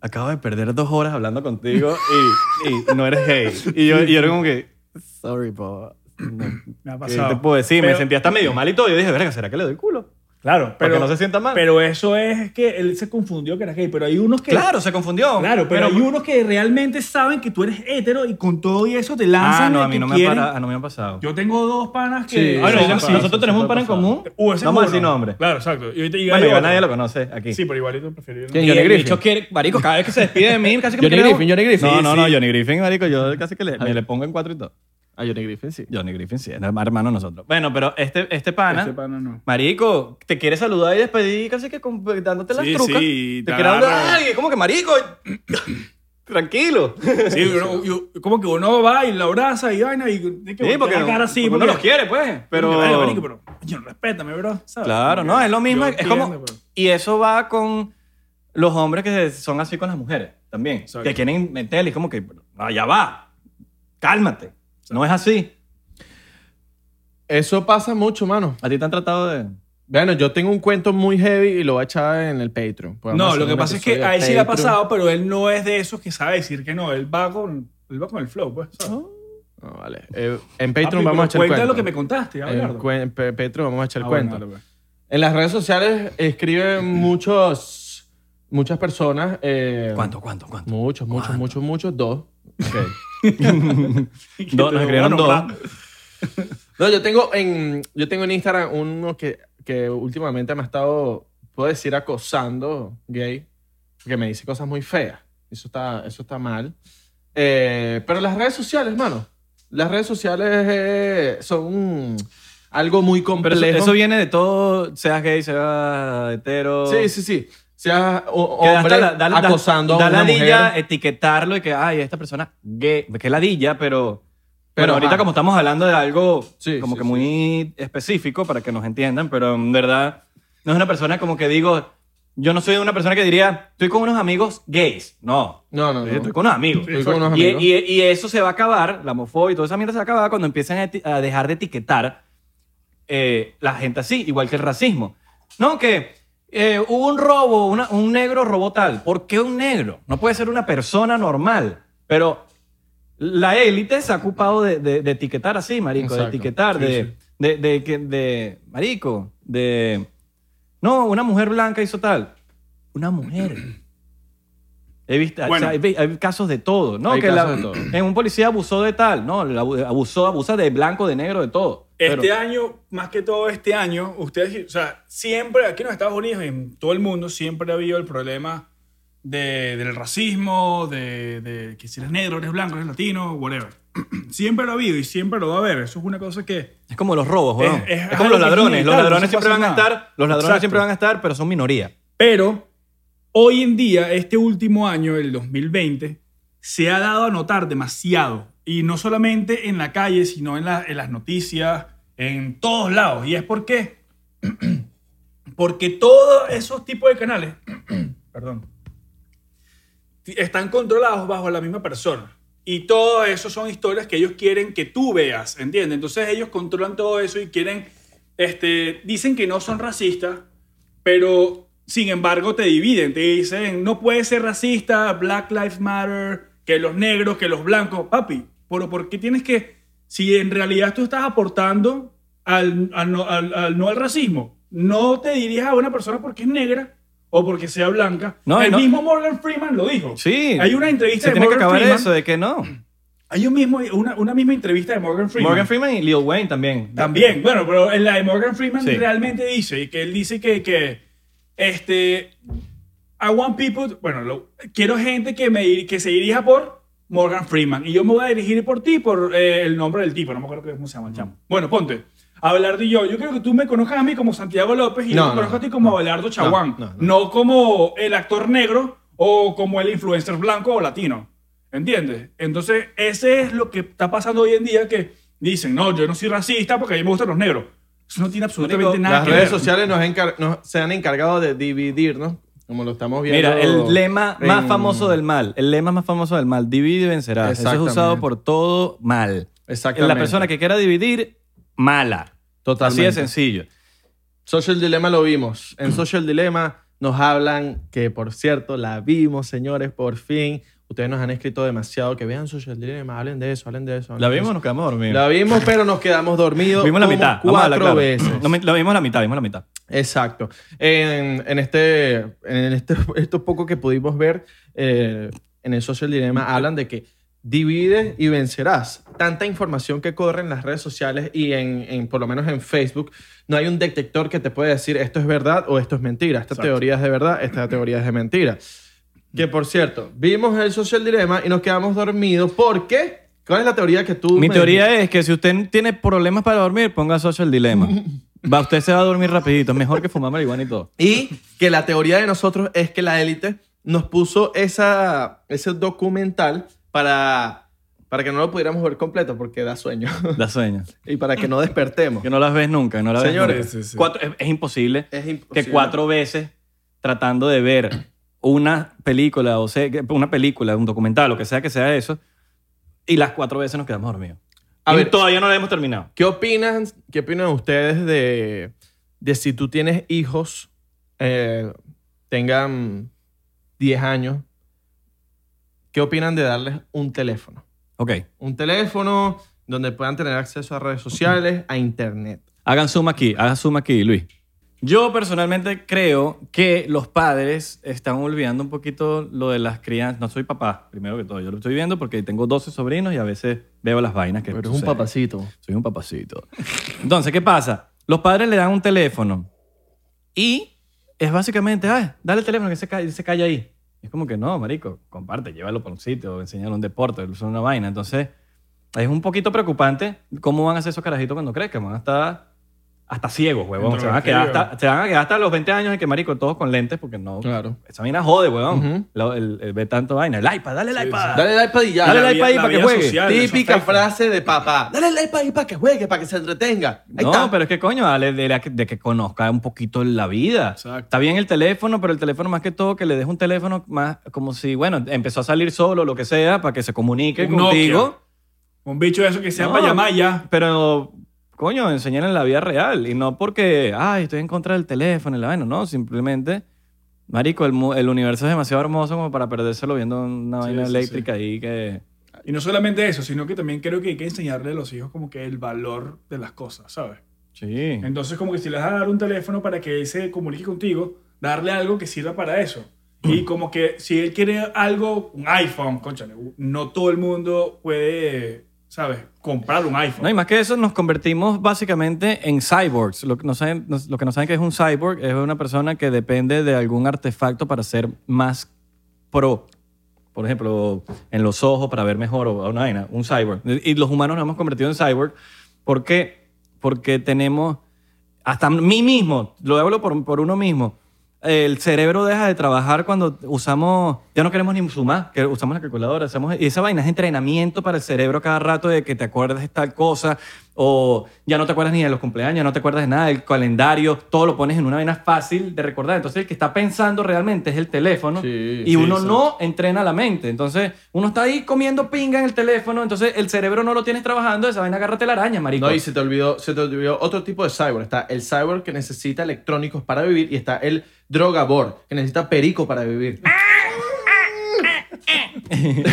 Speaker 1: Acabo de perder dos horas hablando contigo y, y no eres gay. Y yo, y yo era como que... Sorry, po.
Speaker 3: Me ha
Speaker 1: ¿Qué
Speaker 3: pasado.
Speaker 1: te puedo decir? me
Speaker 3: Pero-
Speaker 1: sentí hasta medio mal y todo. Yo dije, verga, ¿será que le doy culo?
Speaker 3: Claro,
Speaker 1: Para
Speaker 3: pero.
Speaker 1: que no se sienta mal.
Speaker 3: Pero eso es que él se confundió que era gay. Pero hay unos que.
Speaker 1: Claro, se confundió.
Speaker 3: Claro, pero, hay unos que realmente saben que tú eres hétero y con todo y eso te lanzan.
Speaker 1: Ah, no,
Speaker 3: lo
Speaker 1: a mí
Speaker 3: que
Speaker 1: no me, ha
Speaker 3: quieren.
Speaker 1: para- ah, no me han pasado.
Speaker 3: Yo tengo dos panas que.
Speaker 2: Sí,
Speaker 1: Ah, no,
Speaker 2: sí,
Speaker 1: no,
Speaker 2: sí,
Speaker 1: nosotros
Speaker 2: sí,
Speaker 1: tenemos un par en
Speaker 2: puede
Speaker 1: común.
Speaker 3: Uh, ese
Speaker 1: no vamos a
Speaker 3: es uno.
Speaker 1: decir nombre.
Speaker 3: Claro, exacto. Y ahorita llega
Speaker 1: Bueno,
Speaker 3: otro.
Speaker 1: igual nadie lo conoce aquí.
Speaker 3: Sí, pero igualito
Speaker 1: ¿Quién?
Speaker 3: prefiero. ¿no?
Speaker 1: Johnny
Speaker 4: Johnny
Speaker 1: Griffin.
Speaker 4: Bicho quiere, marico, cada vez que se despide de mí, casi que me
Speaker 1: Johnny
Speaker 4: quiere dar un-
Speaker 1: Griffin,
Speaker 4: Johnny Griffin.
Speaker 1: No, no, no,
Speaker 4: sí.
Speaker 1: Johnny Griffin, marico, yo casi que le, me le pongo en cuatro y todo.
Speaker 2: A Ah, Johnny Griffin, sí.
Speaker 1: Johnny Griffin sí, era hermano de nosotros. Bueno, pero este, este pana,
Speaker 3: Ese pana no.
Speaker 1: marico, te quiere saludar y despedir casi que con- dándote las
Speaker 3: Sí,
Speaker 1: trucas.
Speaker 3: sí,
Speaker 1: te
Speaker 3: te
Speaker 1: quiere
Speaker 3: agarra.
Speaker 1: hablar y es como que, marico, tranquilo.
Speaker 3: Sí, uno- yo- como que uno va y la abraza y vaina y. tiene que
Speaker 1: Sí, porque
Speaker 3: voltear la
Speaker 1: no,
Speaker 3: cara así,
Speaker 1: porque uno
Speaker 3: porque-
Speaker 1: los quiere, pues, pero...
Speaker 3: Vale, marico, pero. Yo respétame, bro. ¿sabes?
Speaker 1: Claro,
Speaker 3: Como
Speaker 1: no,
Speaker 3: que
Speaker 1: es lo mismo.
Speaker 3: yo
Speaker 1: Es como,
Speaker 3: entiendo, pero-
Speaker 1: y eso va con los hombres que son así con las mujeres también.
Speaker 3: Exacto.
Speaker 1: Que quieren meterle, es como que, allá va, cálmate. No es así.
Speaker 2: Eso pasa mucho, mano.
Speaker 1: A ti te han tratado de...
Speaker 2: Bueno, yo tengo un cuento muy heavy y lo voy a echar en el Patreon. Pues vamos a
Speaker 3: No,
Speaker 2: hacer
Speaker 3: lo que
Speaker 2: un
Speaker 3: pasa es que
Speaker 2: episodio
Speaker 3: a
Speaker 2: de
Speaker 3: él sí le ha
Speaker 2: Patreon.
Speaker 3: pasado, pero él no es de esos que sabe decir que no. Él va con, él va con el flow, pues. ¿sabes?
Speaker 2: No, vale. Eh, en
Speaker 3: Papi,
Speaker 2: Patreon
Speaker 3: pero
Speaker 2: vamos a echar el
Speaker 3: cuenta
Speaker 2: cuento.
Speaker 3: lo que me contaste,
Speaker 2: En
Speaker 3: Abelardo.
Speaker 2: cuen- en Pe- Patreon vamos a echar
Speaker 3: Ah,
Speaker 2: el
Speaker 3: bueno,
Speaker 2: cuento.
Speaker 3: dale, pues.
Speaker 2: En las redes sociales escriben muchos, muchas personas. eh,
Speaker 1: ¿Cuánto, cuánto, cuánto?
Speaker 2: Muchos, muchos, muchos, muchos. Dos.
Speaker 1: Dos, nos escribieron dos.
Speaker 2: No, yo tengo en, yo tengo en Instagram uno que, que últimamente me ha estado, puedo decir, acosando gay, que me dice cosas muy feas. Eso está, eso está mal. Eh, pero las redes sociales, mano. Las redes sociales eh, son mm, algo muy
Speaker 1: Pero
Speaker 2: complejo.
Speaker 1: eso, eso viene de todo, seas gay, seas hetero.
Speaker 2: Sí, sí, sí. Sea o-
Speaker 1: Que da hasta
Speaker 2: hombre
Speaker 1: la- da- da-
Speaker 2: acosando
Speaker 1: da eh.
Speaker 2: a una
Speaker 1: ladilla
Speaker 2: mujer.
Speaker 1: etiquetarlo y que, ay, esta persona gay. Que ladilla, pero... Pero
Speaker 2: Pero,
Speaker 1: ahorita
Speaker 2: ajá.
Speaker 1: como estamos hablando de algo
Speaker 2: Sí,
Speaker 1: como
Speaker 2: sí,
Speaker 1: que
Speaker 2: sí.
Speaker 1: muy específico para que nos entiendan, pero en verdad no es una persona como que digo, yo no soy una persona que diría, estoy con unos amigos gays. No,
Speaker 2: No, no, no.
Speaker 1: estoy con unos amigos.
Speaker 2: Estoy con unos
Speaker 1: Y,
Speaker 2: amigos.
Speaker 1: y- y eso se va a acabar, la homofobia y toda esa mierda se va a acabar cuando empiezan a, eti- a dejar de etiquetar eh, la gente así, igual que el racismo. No, que eh, hubo un robo, una- un negro robó tal. ¿Por qué un negro? No puede ser una persona normal. Pero la élite se ha ocupado de, de- de etiquetar así, marico, de
Speaker 2: Exacto.
Speaker 1: etiquetar,
Speaker 3: Sí,
Speaker 1: de,
Speaker 3: sí.
Speaker 1: De, de que- de- marico, de... No, una mujer blanca hizo tal. Una mujer. He visto, o
Speaker 3: Bueno.
Speaker 1: sea, hay, hay casos de todo, ¿no?
Speaker 2: Hay
Speaker 1: que la-
Speaker 2: casos de todo.
Speaker 1: en un policía abusó de tal, ¿no? la abu- abusó, abusa de blanco, de negro, de todo.
Speaker 3: Este
Speaker 1: Pero-
Speaker 3: año, más que todo este año, ustedes, o sea, siempre aquí en los Estados Unidos y en todo el mundo siempre ha habido el problema de- del racismo, de, de que si eres negro, eres blanco, eres latino, whatever. Siempre lo ha habido y siempre lo va a haber. Eso es una cosa que...
Speaker 1: Es como los robos, weón.
Speaker 3: Es-
Speaker 1: Es,
Speaker 3: es
Speaker 1: como los
Speaker 3: algo
Speaker 1: ladrones. Los
Speaker 3: inevitable,
Speaker 1: ladrones
Speaker 3: no se
Speaker 1: siempre van
Speaker 3: pasa
Speaker 1: a
Speaker 3: nada.
Speaker 1: estar, los ladrones
Speaker 3: Exacto.
Speaker 1: siempre van a estar, pero son minoría.
Speaker 3: Pero hoy en día, este último año, el 2020, se ha dado a notar demasiado. Y no solamente en la calle, sino en, la- en las noticias, en todos lados. ¿Y es por qué? Porque todos esos tipos de canales, perdón, t- están controlados bajo la misma persona. Y todo eso son historias que ellos quieren que tú veas, ¿entiendes? Entonces ellos controlan todo eso y quieren, este, dicen que no son racistas, pero sin embargo te dividen, te dicen, no puedes ser racista, Black Lives Matter, que los negros, que los blancos, papi, pero ¿por qué tienes que, si en realidad tú estás aportando al, al no, al- al no al racismo, no te dirijas a una persona porque es negra o porque sea blanca?
Speaker 1: No, y
Speaker 3: El
Speaker 1: no-
Speaker 3: mismo Morgan Freeman lo dijo.
Speaker 1: Sí.
Speaker 3: Hay una
Speaker 1: Se
Speaker 3: entrevista de
Speaker 1: tiene que
Speaker 3: Morgan
Speaker 1: acabar
Speaker 3: Freeman.
Speaker 1: eso, de que no.
Speaker 3: Hay un mismo, una, una misma entrevista de Morgan Freeman.
Speaker 1: Morgan Freeman y Lil Wayne también.
Speaker 3: También, bueno, pero en la de Morgan Freeman
Speaker 1: Sí.
Speaker 3: realmente dice, y que él dice que, que este, I want people, bueno, lo- quiero gente que, me, dir- que se dirija por Morgan Freeman, y yo me voy a dirigir por ti, por eh, el nombre del tipo, no me acuerdo cómo se llama el
Speaker 1: Mm.
Speaker 3: chamo. Bueno, ponte, Abelardo y yo, yo creo que tú me conozcas a mí como Santiago López y
Speaker 2: No,
Speaker 3: yo te
Speaker 2: no,
Speaker 3: conozco a
Speaker 2: no,
Speaker 3: ti como Abelardo Chaguán,
Speaker 2: no,
Speaker 3: no, como el actor negro o como el influencer blanco o latino. ¿Entiendes? Entonces, ese es lo que está pasando hoy en día que dicen, no, yo no soy racista porque a mí me gustan los negros. Eso no tiene absolutamente
Speaker 1: Marico,
Speaker 3: nada
Speaker 2: Las
Speaker 3: que
Speaker 2: redes
Speaker 3: ver.
Speaker 2: sociales nos, encar- nos- se han encargado de dividirnos, como lo estamos viendo.
Speaker 1: Mira, el lema más
Speaker 2: en-
Speaker 1: famoso del mal, el lema más famoso del mal, divide y vencerás. Eso es
Speaker 2: Exactamente.
Speaker 1: usado por todo mal.
Speaker 2: Exactamente.
Speaker 1: La persona que quiera dividir, mala.
Speaker 2: Totalmente.
Speaker 1: Así de sencillo.
Speaker 2: Social Dilemma lo vimos. En Social Dilemma nos hablan que, por cierto, la vimos, señores, por fin. Ustedes nos han escrito demasiado que vean Social Dilemma, hablen de eso, hablen de eso. hablen
Speaker 1: ¿La
Speaker 2: de
Speaker 1: vimos o
Speaker 2: eso.
Speaker 1: nos quedamos dormidos?
Speaker 2: La vimos, pero nos quedamos dormidos.
Speaker 1: vimos la
Speaker 2: como
Speaker 1: mitad. vamos a
Speaker 2: Cuatro
Speaker 1: hablar claro.
Speaker 2: veces.
Speaker 1: No, me- la vimos la mitad, vimos la mitad.
Speaker 2: Exacto. En, en este, en este, esto poco que pudimos ver eh, en el Social Dilemma, hablan de que divides y vencerás. Tanta información que corre en las redes sociales y en, en, por lo menos en Facebook, no hay un detector que te puede decir esto es verdad o esto es mentira. Esta
Speaker 3: Exacto.
Speaker 2: teoría es de verdad, esta teoría es de mentira. Que por cierto, vimos el Social Dilemma y nos quedamos dormidos porque... ¿Cuál es la teoría que tú...
Speaker 1: Mi
Speaker 2: me
Speaker 1: teoría es que si usted tiene problemas para dormir, ponga Social Dilemma. Va, usted se va a dormir rapidito. Es mejor que fumar marihuana y todo.
Speaker 2: Y que la teoría de nosotros es que la élite nos puso esa, ese documental para, para que no lo pudiéramos ver completo porque da sueño
Speaker 1: Da sueño.
Speaker 2: y para que no despertemos.
Speaker 1: Que no las ves nunca, no las ves
Speaker 2: Señores,
Speaker 1: nunca.
Speaker 3: sí, sí.
Speaker 1: Cuatro- es, es imposible
Speaker 2: Es imposible.
Speaker 1: que cuatro veces tratando de ver una película o sea, una película, un documental, lo que sea que sea eso, y las cuatro veces nos quedamos dormidos.
Speaker 2: A
Speaker 1: Y
Speaker 2: ver.
Speaker 1: todavía no la hemos terminado.
Speaker 2: ¿Qué opinan, qué opinan ustedes de, de si tú tienes hijos, eh, tengan 10 años, qué opinan de darles un teléfono?
Speaker 1: Ok.
Speaker 2: Un teléfono donde puedan tener acceso a redes sociales, a internet.
Speaker 1: Hagan suma aquí, hagan suma aquí, Luis. Yo personalmente creo que los padres están olvidando un poquito lo de las crianzas. No soy papá, primero que todo. Yo lo estoy viendo porque tengo 12 sobrinos y a veces veo las vainas que suceden.
Speaker 2: papacito.
Speaker 1: Soy un papacito. Entonces, ¿qué pasa? Los padres le dan un teléfono y es básicamente, ay, dale el teléfono que se calla, se calla ahí. Y es como que no, marico, comparte, llévalo para un sitio, enseñale un deporte, son una vaina. Entonces, es un poquito preocupante cómo van a hacer esos carajitos cuando crezcan. Van a estar hasta ciegos, huevón. Se van, a quedar hasta, se van a quedar hasta los 20 años en que, marico, todos con lentes porque no...
Speaker 2: Claro.
Speaker 1: Esa vaina jode, huevón.
Speaker 2: Ujú.
Speaker 1: Lo- el, el ver tanto vaina. El iPad, dale el iPad.
Speaker 2: Dale like para y ya.
Speaker 1: Dale
Speaker 3: La
Speaker 1: like
Speaker 3: vida-
Speaker 1: para ahí
Speaker 3: la
Speaker 1: para que
Speaker 3: vida
Speaker 1: juegue.
Speaker 3: social, eso
Speaker 2: Típica
Speaker 3: afecta.
Speaker 2: frase de papá. Dale like para ahí para que juegue, para que se entretenga. Ahí
Speaker 1: No,
Speaker 2: está.
Speaker 1: pero es que coño, dale de, la que- de que conozca un poquito la vida.
Speaker 3: Exacto.
Speaker 1: Está bien el teléfono, pero el teléfono más que todo que le deje un teléfono más como si, bueno, empezó a salir solo, lo que sea, para que se comunique
Speaker 3: Un
Speaker 1: contigo.
Speaker 3: Un bicho de eso que sea
Speaker 1: No.
Speaker 3: para llamar ya.
Speaker 1: Pero, coño, enseñar en la vida real y no porque, ay, estoy en contra del teléfono y la vaina, no, simplemente, marico, el, mu- el universo es demasiado hermoso como para perdérselo viendo una vaina
Speaker 3: sí, sí.
Speaker 1: eléctrica ahí que...
Speaker 3: Y no solamente eso, sino que también creo que hay que enseñarle a los hijos como que el valor de las cosas, ¿sabes?
Speaker 1: Sí.
Speaker 3: Entonces, como que si le vas a dar un teléfono para que él se comunique contigo, darle algo que sirva para eso.
Speaker 1: Mm.
Speaker 3: Y como que si él quiere algo, un iPhone, conchale, no todo el mundo puede, ¿sabes? Comprar un iPhone.
Speaker 1: No, y más que eso, nos convertimos básicamente en cyborgs. Lo que no saben, nos- lo que no saben que es un cyborg es una persona que depende de algún artefacto para ser más pro. Por ejemplo, en los ojos para ver mejor o una vaina, un cyborg. Y los humanos nos hemos convertido en cyborg. ¿Por qué? Porque tenemos, hasta mí mismo, lo hablo por, por uno mismo, el cerebro deja de trabajar cuando usamos, ya no queremos ni sumar, que usamos la calculadora, hacemos, y esa vaina es entrenamiento para el cerebro cada rato de que te acuerdas de tal cosa, o ya no te acuerdas ni de los cumpleaños, ya no te acuerdas de nada, del calendario, todo lo pones en una vaina fácil de recordar. Entonces el que está pensando realmente es el teléfono
Speaker 2: Sí,
Speaker 1: y
Speaker 2: sí,
Speaker 1: uno
Speaker 2: sí.
Speaker 1: no entrena la mente. Entonces uno está ahí comiendo pinga en el teléfono, entonces el cerebro no lo tienes trabajando, esa vaina agárrate la araña, marico.
Speaker 2: No, y se te olvidó, se te olvidó otro tipo de cyborg. Está el cyborg que necesita electrónicos para vivir y está el drogabor que necesita perico para vivir.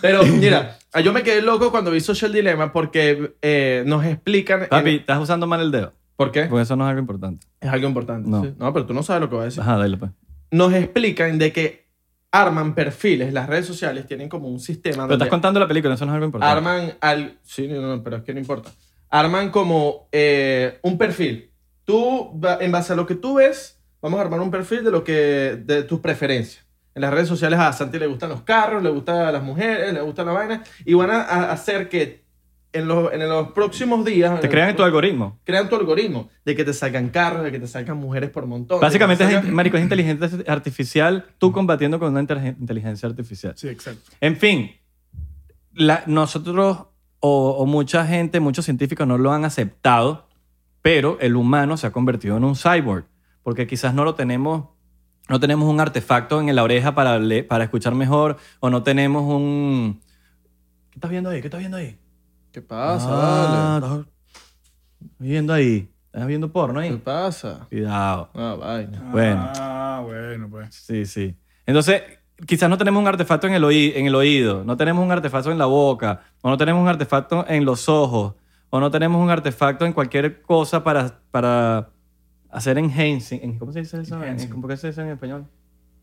Speaker 2: pero mira, ah, yo me quedé loco cuando vi Social Dilemma porque eh, nos explican. en-
Speaker 1: Papi, estás usando mal el dedo,
Speaker 2: ¿Por qué?
Speaker 1: porque eso no es algo importante.
Speaker 2: Es algo importante.
Speaker 1: No.
Speaker 2: sí. no, pero tú no sabes lo que voy a decir.
Speaker 1: Ajá, dale pues.
Speaker 2: nos explican de que arman perfiles, las redes sociales tienen como un sistema
Speaker 1: Pero estás
Speaker 2: donde
Speaker 1: contando la película, eso no es algo importante.
Speaker 2: arman al sí, no, no, pero es que no importa. Arman como eh, un perfil. Tú va- en base a lo que tú ves, vamos a armar un perfil de lo que de tus preferencias. En las redes sociales ah, a Santi le gustan los carros, le gustan las mujeres, le gustan la vaina y van a, a hacer que en los, en los próximos días en
Speaker 1: Te
Speaker 2: los
Speaker 1: crean en tu
Speaker 2: pro-
Speaker 1: algoritmo.
Speaker 2: crean tu algoritmo de que te sacan carros, de que te sacan mujeres por montón. de que te
Speaker 1: Básicamente, es,
Speaker 2: sacan-
Speaker 1: in- marico, es inteligencia artificial, tú combatiendo con una interge- inteligencia artificial.
Speaker 3: Sí, exacto.
Speaker 1: En fin, la- nosotros o, o mucha gente, muchos científicos no lo han aceptado, pero el humano se ha convertido en un cyborg, porque quizás no lo tenemos, no tenemos un artefacto en la oreja para, le- para escuchar mejor, o no tenemos un... ¿Qué
Speaker 2: Ah,
Speaker 1: estás viendo ahí? ¿Qué estás viendo ahí?
Speaker 2: ¿Qué pasa?
Speaker 1: Ah,
Speaker 2: Dale.
Speaker 1: estás viendo ahí. Estás viendo porno
Speaker 2: ¿Qué
Speaker 1: ahí.
Speaker 2: pasa?
Speaker 1: Cuidado.
Speaker 2: No, vaina.
Speaker 1: Bueno.
Speaker 3: Ah, bueno, pues.
Speaker 1: Sí, sí. Entonces, quizás no tenemos un artefacto en el, oí- en el oído, no tenemos un artefacto en la boca, o no tenemos un artefacto en los ojos, o no tenemos un artefacto en cualquier cosa para, para hacer enhancing. en- ¿Cómo se dice eso?
Speaker 3: Enhancing.
Speaker 1: ¿Cómo que se dice en español?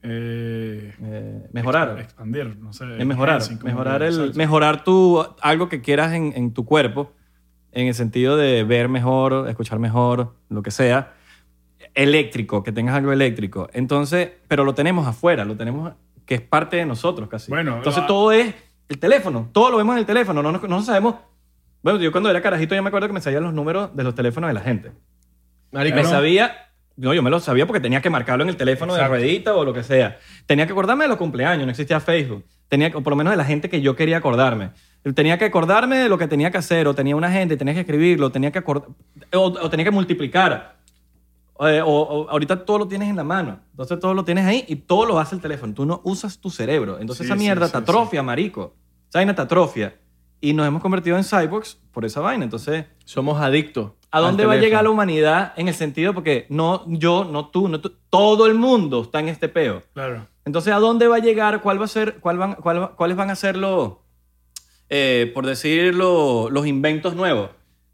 Speaker 3: Eh,
Speaker 1: Eh, mejorar.
Speaker 3: Expandir, no sé.
Speaker 1: Es mejorar.
Speaker 3: enhancing, como
Speaker 1: Mejorar,
Speaker 3: que-
Speaker 1: el,
Speaker 3: exacto.
Speaker 1: mejorar tu, algo que quieras en, en tu cuerpo, en el sentido de ver mejor, escuchar mejor, lo que sea. Eléctrico, que tengas algo eléctrico. Entonces, pero lo tenemos afuera, lo tenemos que es parte de nosotros casi.
Speaker 3: Bueno,
Speaker 1: Entonces
Speaker 3: ah.
Speaker 1: todo es el teléfono, todo lo vemos en el teléfono, no, nos- no sabemos. Bueno, yo cuando era carajito, yo me acuerdo que me sabían los números de los teléfonos de la gente.
Speaker 2: Marico,
Speaker 1: Me
Speaker 3: no.
Speaker 1: sabía, no, yo me lo sabía porque tenía que marcarlo en el teléfono
Speaker 3: Exacto.
Speaker 1: de ruedita o lo que sea. Tenía que acordarme de los cumpleaños, no existía Facebook. Tenía, que- o por lo menos de la gente que yo quería acordarme. Tenía que acordarme de lo que tenía que hacer, o tenía una gente, tenía que escribirlo, tenía que acordar, o, o tenía que multiplicar. Eh, o, o- ahorita todo lo tienes en la mano. Entonces todo lo tienes ahí y todo lo hace el teléfono. Tú no usas tu cerebro. Entonces
Speaker 3: Sí,
Speaker 1: esa
Speaker 3: sí,
Speaker 1: mierda
Speaker 3: sí,
Speaker 1: te
Speaker 3: sí.
Speaker 1: atrofia, marico. Esa vaina te atrofia. Y nos hemos convertido en cyborgs por esa vaina. Entonces...
Speaker 2: somos adictos.
Speaker 1: ¿A
Speaker 2: al
Speaker 1: dónde va a
Speaker 2: teléfono.
Speaker 1: llegar la humanidad en el sentido? Porque no yo, no tú, no tú, todo el mundo está en este peo.
Speaker 3: Claro.
Speaker 1: Entonces, ¿a dónde va a llegar? ¿Cuál va a ser, cuál van, cuál va- ¿Cuáles van a ser los, eh, por decirlo, los inventos nuevos?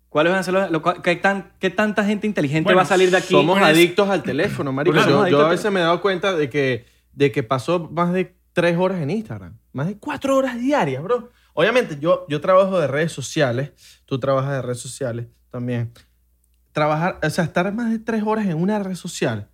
Speaker 1: ¿Cuáles van a ser los, lo cual- qué, tan, qué tanta gente inteligente
Speaker 3: Bueno,
Speaker 1: va a salir de aquí?
Speaker 2: Somos
Speaker 1: con eso?
Speaker 2: adictos al teléfono, marico.
Speaker 1: Claro,
Speaker 2: yo,
Speaker 1: adictos
Speaker 2: yo a
Speaker 1: al
Speaker 2: veces me he dado cuenta de que, de que pasó más de tres horas en Instagram. Más de cuatro horas diarias, bro. Obviamente, yo, yo trabajo de redes sociales. Tú trabajas de redes sociales también. Trabajar, o sea, estar más de tres horas en una red social.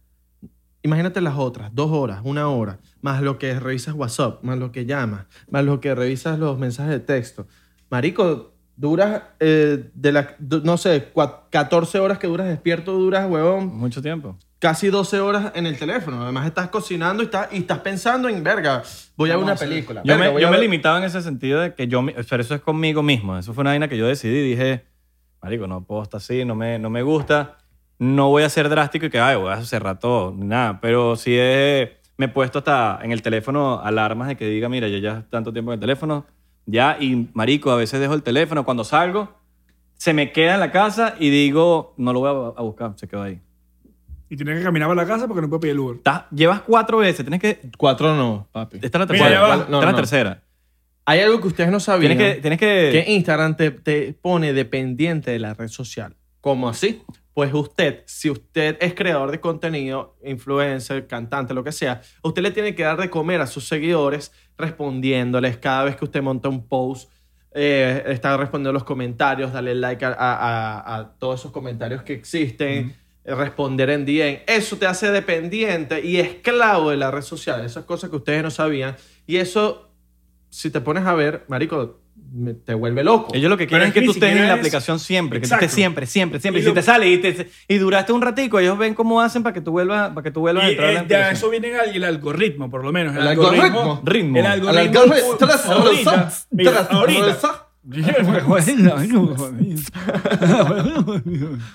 Speaker 2: Imagínate las otras, dos horas, una hora, más lo que revisas WhatsApp, más lo que llamas, más lo que revisas los mensajes de texto. Marico, duras, eh, de la, du- no sé, cua- 14 horas que duras despierto, duras, huevón,
Speaker 1: Mucho tiempo.
Speaker 2: casi 12 horas en el teléfono. Además, estás cocinando y estás, y estás pensando en, verga, voy a ver una película.
Speaker 1: Yo,
Speaker 2: Verga,
Speaker 1: me,
Speaker 2: voy
Speaker 1: yo
Speaker 2: a
Speaker 1: me
Speaker 2: ver-
Speaker 1: limitaba en ese sentido de que yo, mi- pero eso es conmigo mismo. Eso fue una vaina que yo decidí. Dije, marico, no puedo estar así, no me, no me gusta. No voy a ser drástico y que, ay, voy a cerrar todo, ni nada. Pero sí he- me he puesto hasta en el teléfono alarmas de que diga, mira, yo ya tanto tiempo en el teléfono, ya, y marico, a veces dejo el teléfono. Cuando salgo, se me queda en la casa y digo, no lo voy a, a buscar, se quedó ahí.
Speaker 3: Y tiene que caminar para la casa porque no puede pedir el Uber.
Speaker 1: Estás- llevas cuatro veces, tienes que.
Speaker 2: Cuatro no, papi.
Speaker 1: Esta es la
Speaker 3: Mira,
Speaker 1: tercera.
Speaker 3: ya va.
Speaker 1: esta es
Speaker 2: No,
Speaker 1: la
Speaker 2: no.
Speaker 1: tercera.
Speaker 2: Hay algo que ustedes no sabían.
Speaker 1: Tienes que, tienes que.
Speaker 2: que Instagram te, te pone dependiente de la red social. ¿Cómo así? Pues usted, si usted es creador de contenido, influencer, cantante, lo que sea, usted le tiene que dar de comer a sus seguidores respondiéndoles cada vez que usted monta un post. eh, está respondiendo los comentarios, darle like a, a- a- a todos esos comentarios que existen, eh, responder en DM. Eso te hace dependiente y esclavo de la red social. Esas cosas que ustedes no sabían. Y eso si te pones a ver, marico, me- te vuelve loco.
Speaker 1: Ellos lo que quieren es
Speaker 3: Pero es
Speaker 1: que
Speaker 3: que
Speaker 1: tú
Speaker 3: ni
Speaker 1: estés en
Speaker 3: siquiera
Speaker 1: la
Speaker 3: es-
Speaker 1: aplicación siempre, que tú
Speaker 3: Exacto.
Speaker 1: estés siempre, siempre, siempre.
Speaker 3: Y
Speaker 1: Y, si
Speaker 3: lo-
Speaker 1: te sale y, te- y duraste un ratico, ellos ven cómo hacen para que tú vuelvas, para que tú vuelvas a
Speaker 3: Y
Speaker 1: entrar a la
Speaker 3: eh, de a
Speaker 1: aplicación.
Speaker 3: eso viene el, el algoritmo, por lo menos. El,
Speaker 2: ¿El
Speaker 3: algoritmo.
Speaker 2: algoritmo?
Speaker 1: Ritmo.
Speaker 3: El
Speaker 2: Al
Speaker 3: algoritmo.
Speaker 2: algoritmo, tras- tras-
Speaker 3: Ahorita.
Speaker 2: tras-
Speaker 3: mira,
Speaker 2: tras-
Speaker 3: ahorita.
Speaker 2: tras-
Speaker 3: "Pues,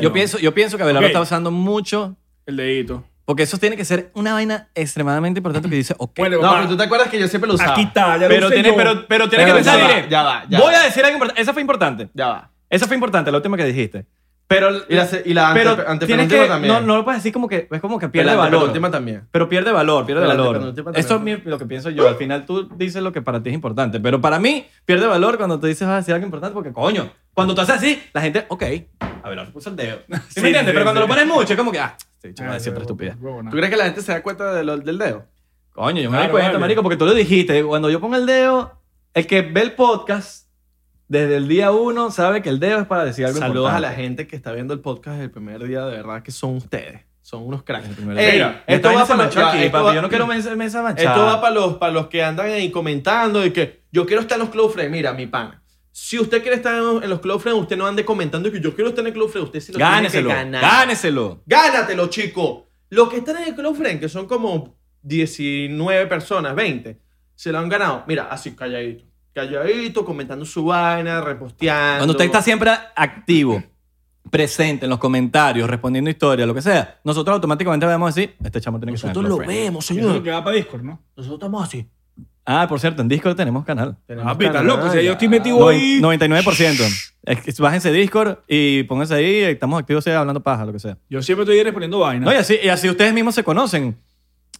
Speaker 1: Yo pienso, yo pienso que Abelardo
Speaker 3: Ok.
Speaker 1: está usando mucho,
Speaker 3: pues, El dedito.
Speaker 1: porque eso tiene que ser una vaina extremadamente importante que dice, ok.
Speaker 3: Bueno,
Speaker 2: No, pero tú te acuerdas que yo siempre lo usaba.
Speaker 3: aquí está, ya lo
Speaker 1: pero
Speaker 3: usé
Speaker 1: tiene,
Speaker 3: yo.
Speaker 1: pero, pero tiene que
Speaker 2: Pero
Speaker 1: pensar,
Speaker 2: ya va,
Speaker 1: diré,
Speaker 2: ya va, ya
Speaker 1: voy
Speaker 2: va.
Speaker 1: a decir algo importante. Esa fue importante.
Speaker 2: Ya va.
Speaker 1: Esa fue importante, la última que dijiste. Pero,
Speaker 2: Y la, se- y la ante-
Speaker 1: pero tienes
Speaker 2: antepenúltima
Speaker 1: que,
Speaker 2: también.
Speaker 1: no, no lo puedes decir como que, es como que
Speaker 2: Y
Speaker 1: pierde
Speaker 2: la
Speaker 1: valor.
Speaker 2: antepenúltima también.
Speaker 1: Pero pierde valor, pierde
Speaker 2: Pero la
Speaker 1: valor.
Speaker 2: antepenúltima
Speaker 1: Esto es
Speaker 2: también.
Speaker 1: mi- lo que pienso yo. Al final tú dices lo que para ti es importante. Pero para mí, pierde valor cuando tú dices vas a decir algo importante porque, coño, cuando tú haces así, la gente, ok, a ver, ahora puso el dedo. ¿Sí,
Speaker 3: Sí,
Speaker 1: me entiendes?
Speaker 3: sí,
Speaker 1: Pero cuando
Speaker 3: sí.
Speaker 1: lo pones mucho, es como que, ah, este bicho va a
Speaker 3: Ah,
Speaker 1: decir otra
Speaker 3: huevo,
Speaker 1: estupidez.
Speaker 3: huevo,
Speaker 2: ¿Tú
Speaker 3: nada.
Speaker 2: crees que la gente se da cuenta de lo- del dedo?
Speaker 1: Coño, yo me
Speaker 3: Claro,
Speaker 1: di cuenta,
Speaker 3: vale.
Speaker 1: marico, porque tú lo dijiste. Cuando yo pongo el dedo, el que ve el podcast desde el día uno sabe que el dedo es para decir algo
Speaker 2: Saludos
Speaker 1: importante.
Speaker 2: a la gente que está viendo el podcast el primer día, de verdad que son ustedes. Son unos cracks.
Speaker 1: El primer
Speaker 2: Ey,
Speaker 1: día. Me
Speaker 2: esto
Speaker 1: está
Speaker 2: va
Speaker 1: diciendo
Speaker 2: para los
Speaker 1: manchar aquí,
Speaker 2: esto
Speaker 1: papi,
Speaker 2: va-
Speaker 1: Yo no quiero mesa, mesa manchada.
Speaker 2: Esto va para los, para los que andan ahí comentando y que yo quiero estar en los club friends. Mira, mi pana. Si usted quiere estar en en los club friends, usted no ande comentando que yo quiero estar en el club friends. Usted sí lo
Speaker 1: Gáneselo,
Speaker 2: tiene que ganar.
Speaker 1: gáneselo.
Speaker 2: Gánatelo, chico. Los que están en el club friends, que son como 19 personas, 20, se lo han ganado. Mira, así calladito. Calladito, comentando su vaina, reposteando.
Speaker 1: Cuando usted está siempre activo, presente en los comentarios, respondiendo historias, lo que sea, nosotros automáticamente vamos a decir, este chamo tiene que ser
Speaker 2: Nosotros
Speaker 1: en
Speaker 2: lo
Speaker 1: Club Friends.
Speaker 2: vemos,
Speaker 3: Eso es lo
Speaker 2: señor.
Speaker 3: que va para Discord, ¿no?
Speaker 2: Nosotros estamos así.
Speaker 1: Ah, por cierto, en Discord tenemos canal.
Speaker 3: Ah, estás loco. O sea, yo estoy metido
Speaker 1: No-
Speaker 3: ahí.
Speaker 1: 99%. Es que Bájense Discord y pónganse ahí. Estamos activos, sea hablando paja, lo que sea.
Speaker 3: Yo siempre estoy respondiendo vainas.
Speaker 1: No, y así, y así ustedes mismos se conocen.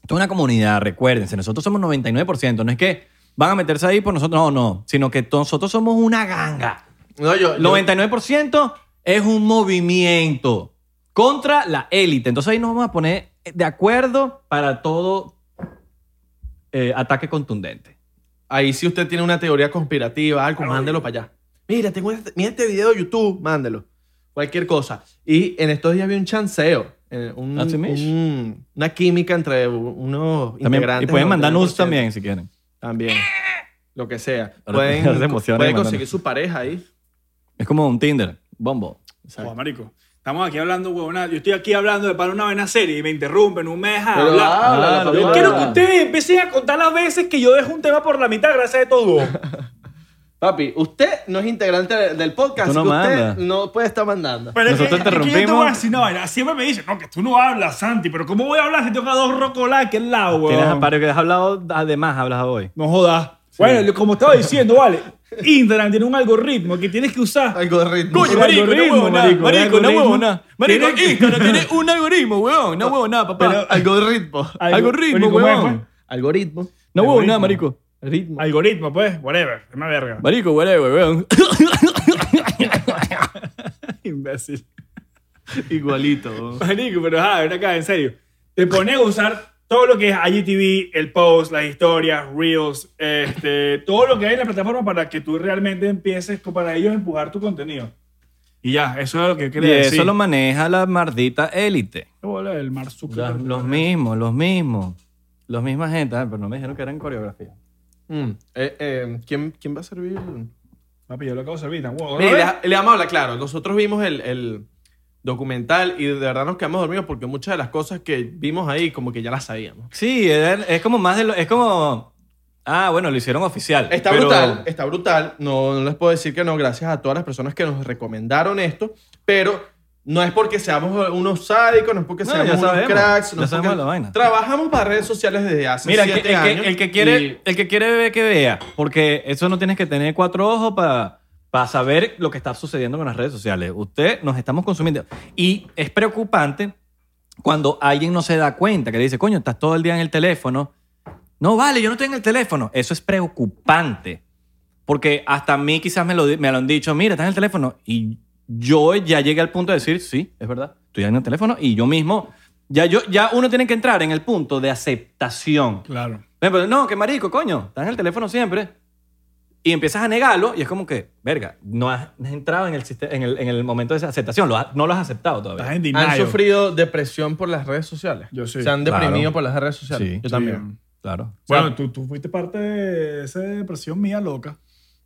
Speaker 1: Esto es una comunidad, recuérdense. Nosotros somos 99%. No es que van a meterse ahí por nosotros. No, no. Sino que to- nosotros somos una ganga.
Speaker 2: No, yo, yo-
Speaker 1: 99% es un movimiento contra la élite. Entonces ahí nos vamos a poner de acuerdo para todo eh, ataque contundente.
Speaker 2: Ahí si usted tiene una teoría conspirativa, algo, mándelo para allá. Mira, tengo este, mira este video de YouTube, mándelo. Cualquier cosa. Y en estos días había un chanceo. eh, un-
Speaker 1: Así mismo.
Speaker 2: un- una química entre u- unos
Speaker 1: También- y
Speaker 2: integrantes.
Speaker 1: pueden mandar nudes
Speaker 2: 99%.
Speaker 1: también si quieren.
Speaker 2: También. Lo que sea.
Speaker 1: Ahora te- ahora te
Speaker 2: Pueden,
Speaker 1: emocionas
Speaker 2: pueden
Speaker 1: mandando.
Speaker 2: conseguir su pareja ahí.
Speaker 1: Es como un Tinder. Bombo.
Speaker 3: Joder, marico. Estamos aquí hablando, huevona. Yo estoy aquí hablando de para una vaina serie y me interrumpen, no me dejan
Speaker 2: Pero
Speaker 3: hablar.
Speaker 1: ah,
Speaker 2: habla,
Speaker 1: Yo
Speaker 2: Fabiola.
Speaker 1: habla.
Speaker 3: Quiero que ustedes empiecen a contar las veces que yo dejo un tema por la mitad, gracias a todo.
Speaker 2: Papi, usted no es integrante de- del podcast.
Speaker 1: Tú no
Speaker 2: así que
Speaker 1: mandas.
Speaker 2: Usted no puede estar mandando.
Speaker 3: Pero es
Speaker 1: Nosotros
Speaker 3: que, es que yo te voy
Speaker 1: interrumpimos.
Speaker 3: a decir una vaina. Siempre me dicen, no, que tú no hablas, Santi, pero ¿cómo voy a hablar si tengo a dos rocolás aquí al lado,
Speaker 1: Tienes
Speaker 3: huevón?
Speaker 1: aparo que has hablado, además hablas hoy.
Speaker 3: No jodas. Bueno, como estaba diciendo, vale, Instagram tiene un algoritmo que tienes que usar.
Speaker 2: Algoritmo.
Speaker 3: Coño, marico, no huevo nada, marico, no huevo nada. Marico,
Speaker 1: Instagram tiene un algoritmo, huevón. No huevo nada, papá.
Speaker 2: ah, Algoritmo.
Speaker 3: Algo-
Speaker 1: Algoritmo,
Speaker 3: marico, ¿cómo es,
Speaker 1: huevón.
Speaker 3: pues?
Speaker 2: Algoritmo.
Speaker 1: no huevo nada,
Speaker 3: Algoritmo.
Speaker 1: marico.
Speaker 2: Ritmo.
Speaker 3: Algoritmo, pues, whatever, es una verga.
Speaker 1: Marico, whatever, huevón.
Speaker 3: Imbécil.
Speaker 2: Igualito.
Speaker 3: Marico, pero ah, ven acá, en serio. Te pones a usar todo lo que es IGTV, el post, las historias, reels, este, todo lo que hay en la plataforma para que tú realmente empieces, co- para ellos empujar tu contenido. Y ya, eso es lo que
Speaker 1: Y
Speaker 3: quería decir.
Speaker 1: eso lo maneja la maldita élite.
Speaker 3: Qué bola del Mark Zuckerberg.
Speaker 1: Los, los mismos, los mismos. Los mismas gente. Ah, pero no me dijeron que eran coreografía.
Speaker 2: Mm, eh, eh, ¿quién, ¿Quién va a servir?
Speaker 3: Papi, yo lo acabo de servir, tan huevo,
Speaker 2: Mire,
Speaker 3: ¿no?
Speaker 2: le, le vamos a hablar claro. Nosotros vimos el, el documental y de verdad nos quedamos dormidos porque muchas de las cosas que vimos ahí como que ya las sabíamos.
Speaker 1: Sí, era- es como más de lo. Es como. Ah, bueno, lo hicieron oficial.
Speaker 2: Está
Speaker 1: pero-
Speaker 2: brutal, está brutal. No, no les puedo decir que no, gracias a todas las personas que nos recomendaron esto, pero no es porque seamos unos sádicos, no es porque
Speaker 1: No,
Speaker 2: seamos
Speaker 1: ya
Speaker 2: unos
Speaker 1: sabemos,
Speaker 2: cracks. No
Speaker 1: ya
Speaker 2: es porque-
Speaker 1: sabemos la vaina.
Speaker 2: Trabajamos para redes sociales desde hace
Speaker 1: Mira, el que,
Speaker 2: siete
Speaker 1: el que-
Speaker 2: años
Speaker 1: el que quiere,
Speaker 2: y-
Speaker 1: el que quiere ver, que vea. Porque eso no tienes que tener cuatro ojos para saber lo que está sucediendo con las redes sociales. Usted nos estamos consumiendo. Y es preocupante cuando alguien no se da cuenta, que dice, coño, estás todo el día en el teléfono. No vale, yo no estoy en el teléfono. Eso es preocupante. Porque hasta a mí quizás me lo, di- me lo han dicho, mira, estás en el teléfono. Y yo ya llegué al punto de decir, sí, es verdad, estoy en el teléfono. Y yo mismo, ya, yo, ya uno tiene que entrar en el punto de aceptación.
Speaker 3: Claro.
Speaker 1: Por ejemplo, no, que marico, coño, estás en el teléfono siempre. Y empiezas a negarlo y es como que, verga, no has no has entrado en el, siste- en el, en el momento de esa aceptación, lo has- no lo has aceptado
Speaker 3: Estás
Speaker 1: todavía.
Speaker 3: en
Speaker 2: ¿Han
Speaker 3: denial.
Speaker 2: sufrido depresión por las redes sociales?
Speaker 3: Yo sí.
Speaker 2: ¿Se han deprimido
Speaker 1: Claro.
Speaker 2: por las redes sociales?
Speaker 1: Sí.
Speaker 2: Yo
Speaker 3: Sí.
Speaker 2: también.
Speaker 1: Claro.
Speaker 3: Bueno, tú, tú fuiste parte de esa depresión mía loca.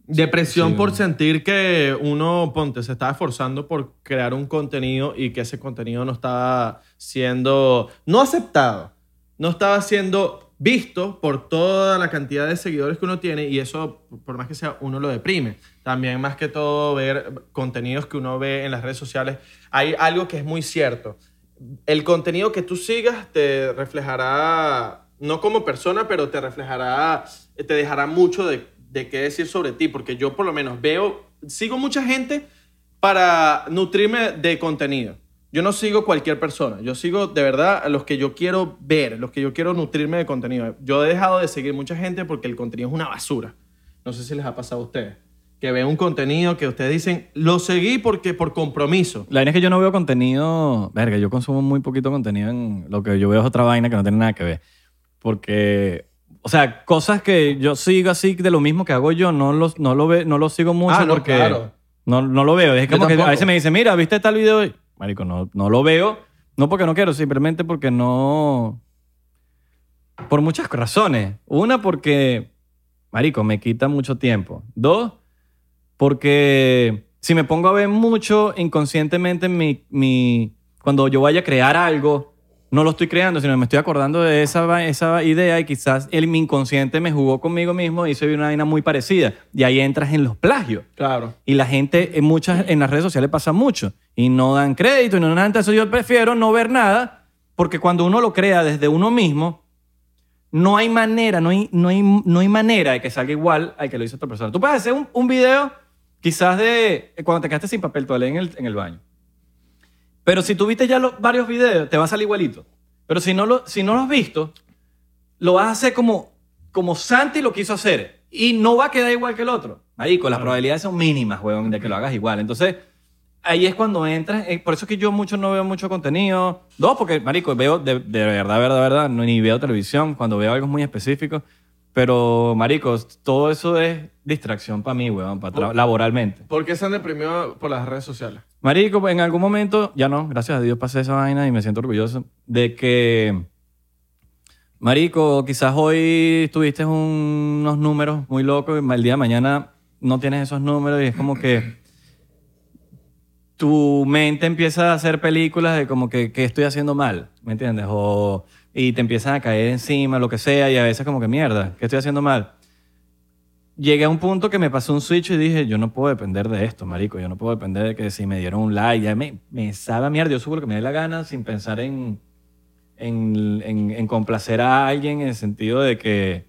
Speaker 2: Depresión
Speaker 1: Sí.
Speaker 2: por sentir que uno, ponte, se estaba esforzando por crear un contenido y que ese contenido no estaba siendo, no aceptado, no estaba siendo visto por toda la cantidad de seguidores que uno tiene y eso, por más que sea, uno lo deprime. También más que todo ver contenidos que uno ve en las redes sociales. Hay algo que es muy cierto. El contenido que tú sigas te reflejará, no como persona, pero te reflejará, te dejará mucho de, de qué decir sobre ti, porque yo por lo menos veo, sigo mucha gente para nutrirme de contenido. Yo no sigo cualquier persona, yo sigo de verdad a los que yo quiero ver, los que yo quiero nutrirme de contenido. Yo he dejado de seguir mucha gente porque el contenido es una basura. No sé si les ha pasado a ustedes, que ven un contenido que ustedes dicen, lo seguí porque por compromiso.
Speaker 1: La vaina es que yo no veo contenido, verga, yo consumo muy poquito contenido en lo que yo veo es otra vaina que no tiene nada que ver. Porque, o sea, cosas que yo sigo así de lo mismo que hago yo, no los, no lo, ve, no lo sigo mucho
Speaker 2: Ah, no,
Speaker 1: porque
Speaker 2: claro.
Speaker 1: no, no lo veo. Es
Speaker 2: Yo
Speaker 1: como que a
Speaker 2: tampoco.
Speaker 1: veces me dicen, mira, ¿viste tal video? Y, Marico, no, no lo veo. No porque no quiero, simplemente porque no... Por muchas razones. Una, porque, marico, me quita mucho tiempo. Dos, porque si me pongo a ver mucho inconscientemente mi, mi- cuando yo vaya a crear algo, no lo estoy creando, sino me estoy acordando de esa, va- esa idea y quizás el, mi inconsciente me jugó conmigo mismo y hizo una vaina muy parecida. Y ahí entras en los plagios.
Speaker 2: Claro.
Speaker 1: Y la gente en muchas en las redes sociales pasa mucho y no dan crédito y no dan nada. Entonces yo prefiero no ver nada porque cuando uno lo crea desde uno mismo, no hay manera, no hay, no hay, no hay manera de que salga igual al que lo hizo otra persona. Tú puedes hacer un, un video quizás de cuando te quedaste sin papel toalé en el, en el baño. Pero si tuviste ya los, varios videos, te va a salir igualito. Pero si no lo, si no lo has visto, lo vas a hacer como, como Santi lo quiso hacer. Y no va a quedar igual que el otro. Marico, las probabilidades son mínimas, weón, de que lo hagas igual. Entonces, ahí es cuando entras. eh, Por eso es que yo mucho no veo mucho contenido. Dos, porque, marico, veo de, de verdad, verdad, verdad, no, ni veo televisión cuando veo algo muy específico. Pero, marico, todo eso es distracción para mí, weón, para tra- laboralmente.
Speaker 2: ¿Por qué se han deprimido por las redes sociales?
Speaker 1: Marico, en algún momento, ya no, gracias a Dios pasé esa vaina y me siento orgulloso de que, Marico, quizás hoy tuviste un- unos números muy locos y el día de mañana no tienes esos números y es como que tu mente empieza a hacer películas de como que, ¿qué estoy haciendo mal? ¿Me entiendes? O, y te empiezan a caer encima, lo que sea, y a veces como que mierda, ¿qué estoy haciendo mal? llegué a un punto que me pasó un switch y dije, yo no puedo depender de esto, marico. Yo no puedo depender de que si me dieron un like, ya me, me sabe a mierda. Yo subo lo que me dé la gana sin pensar en, en, en- en complacer a alguien en el sentido de que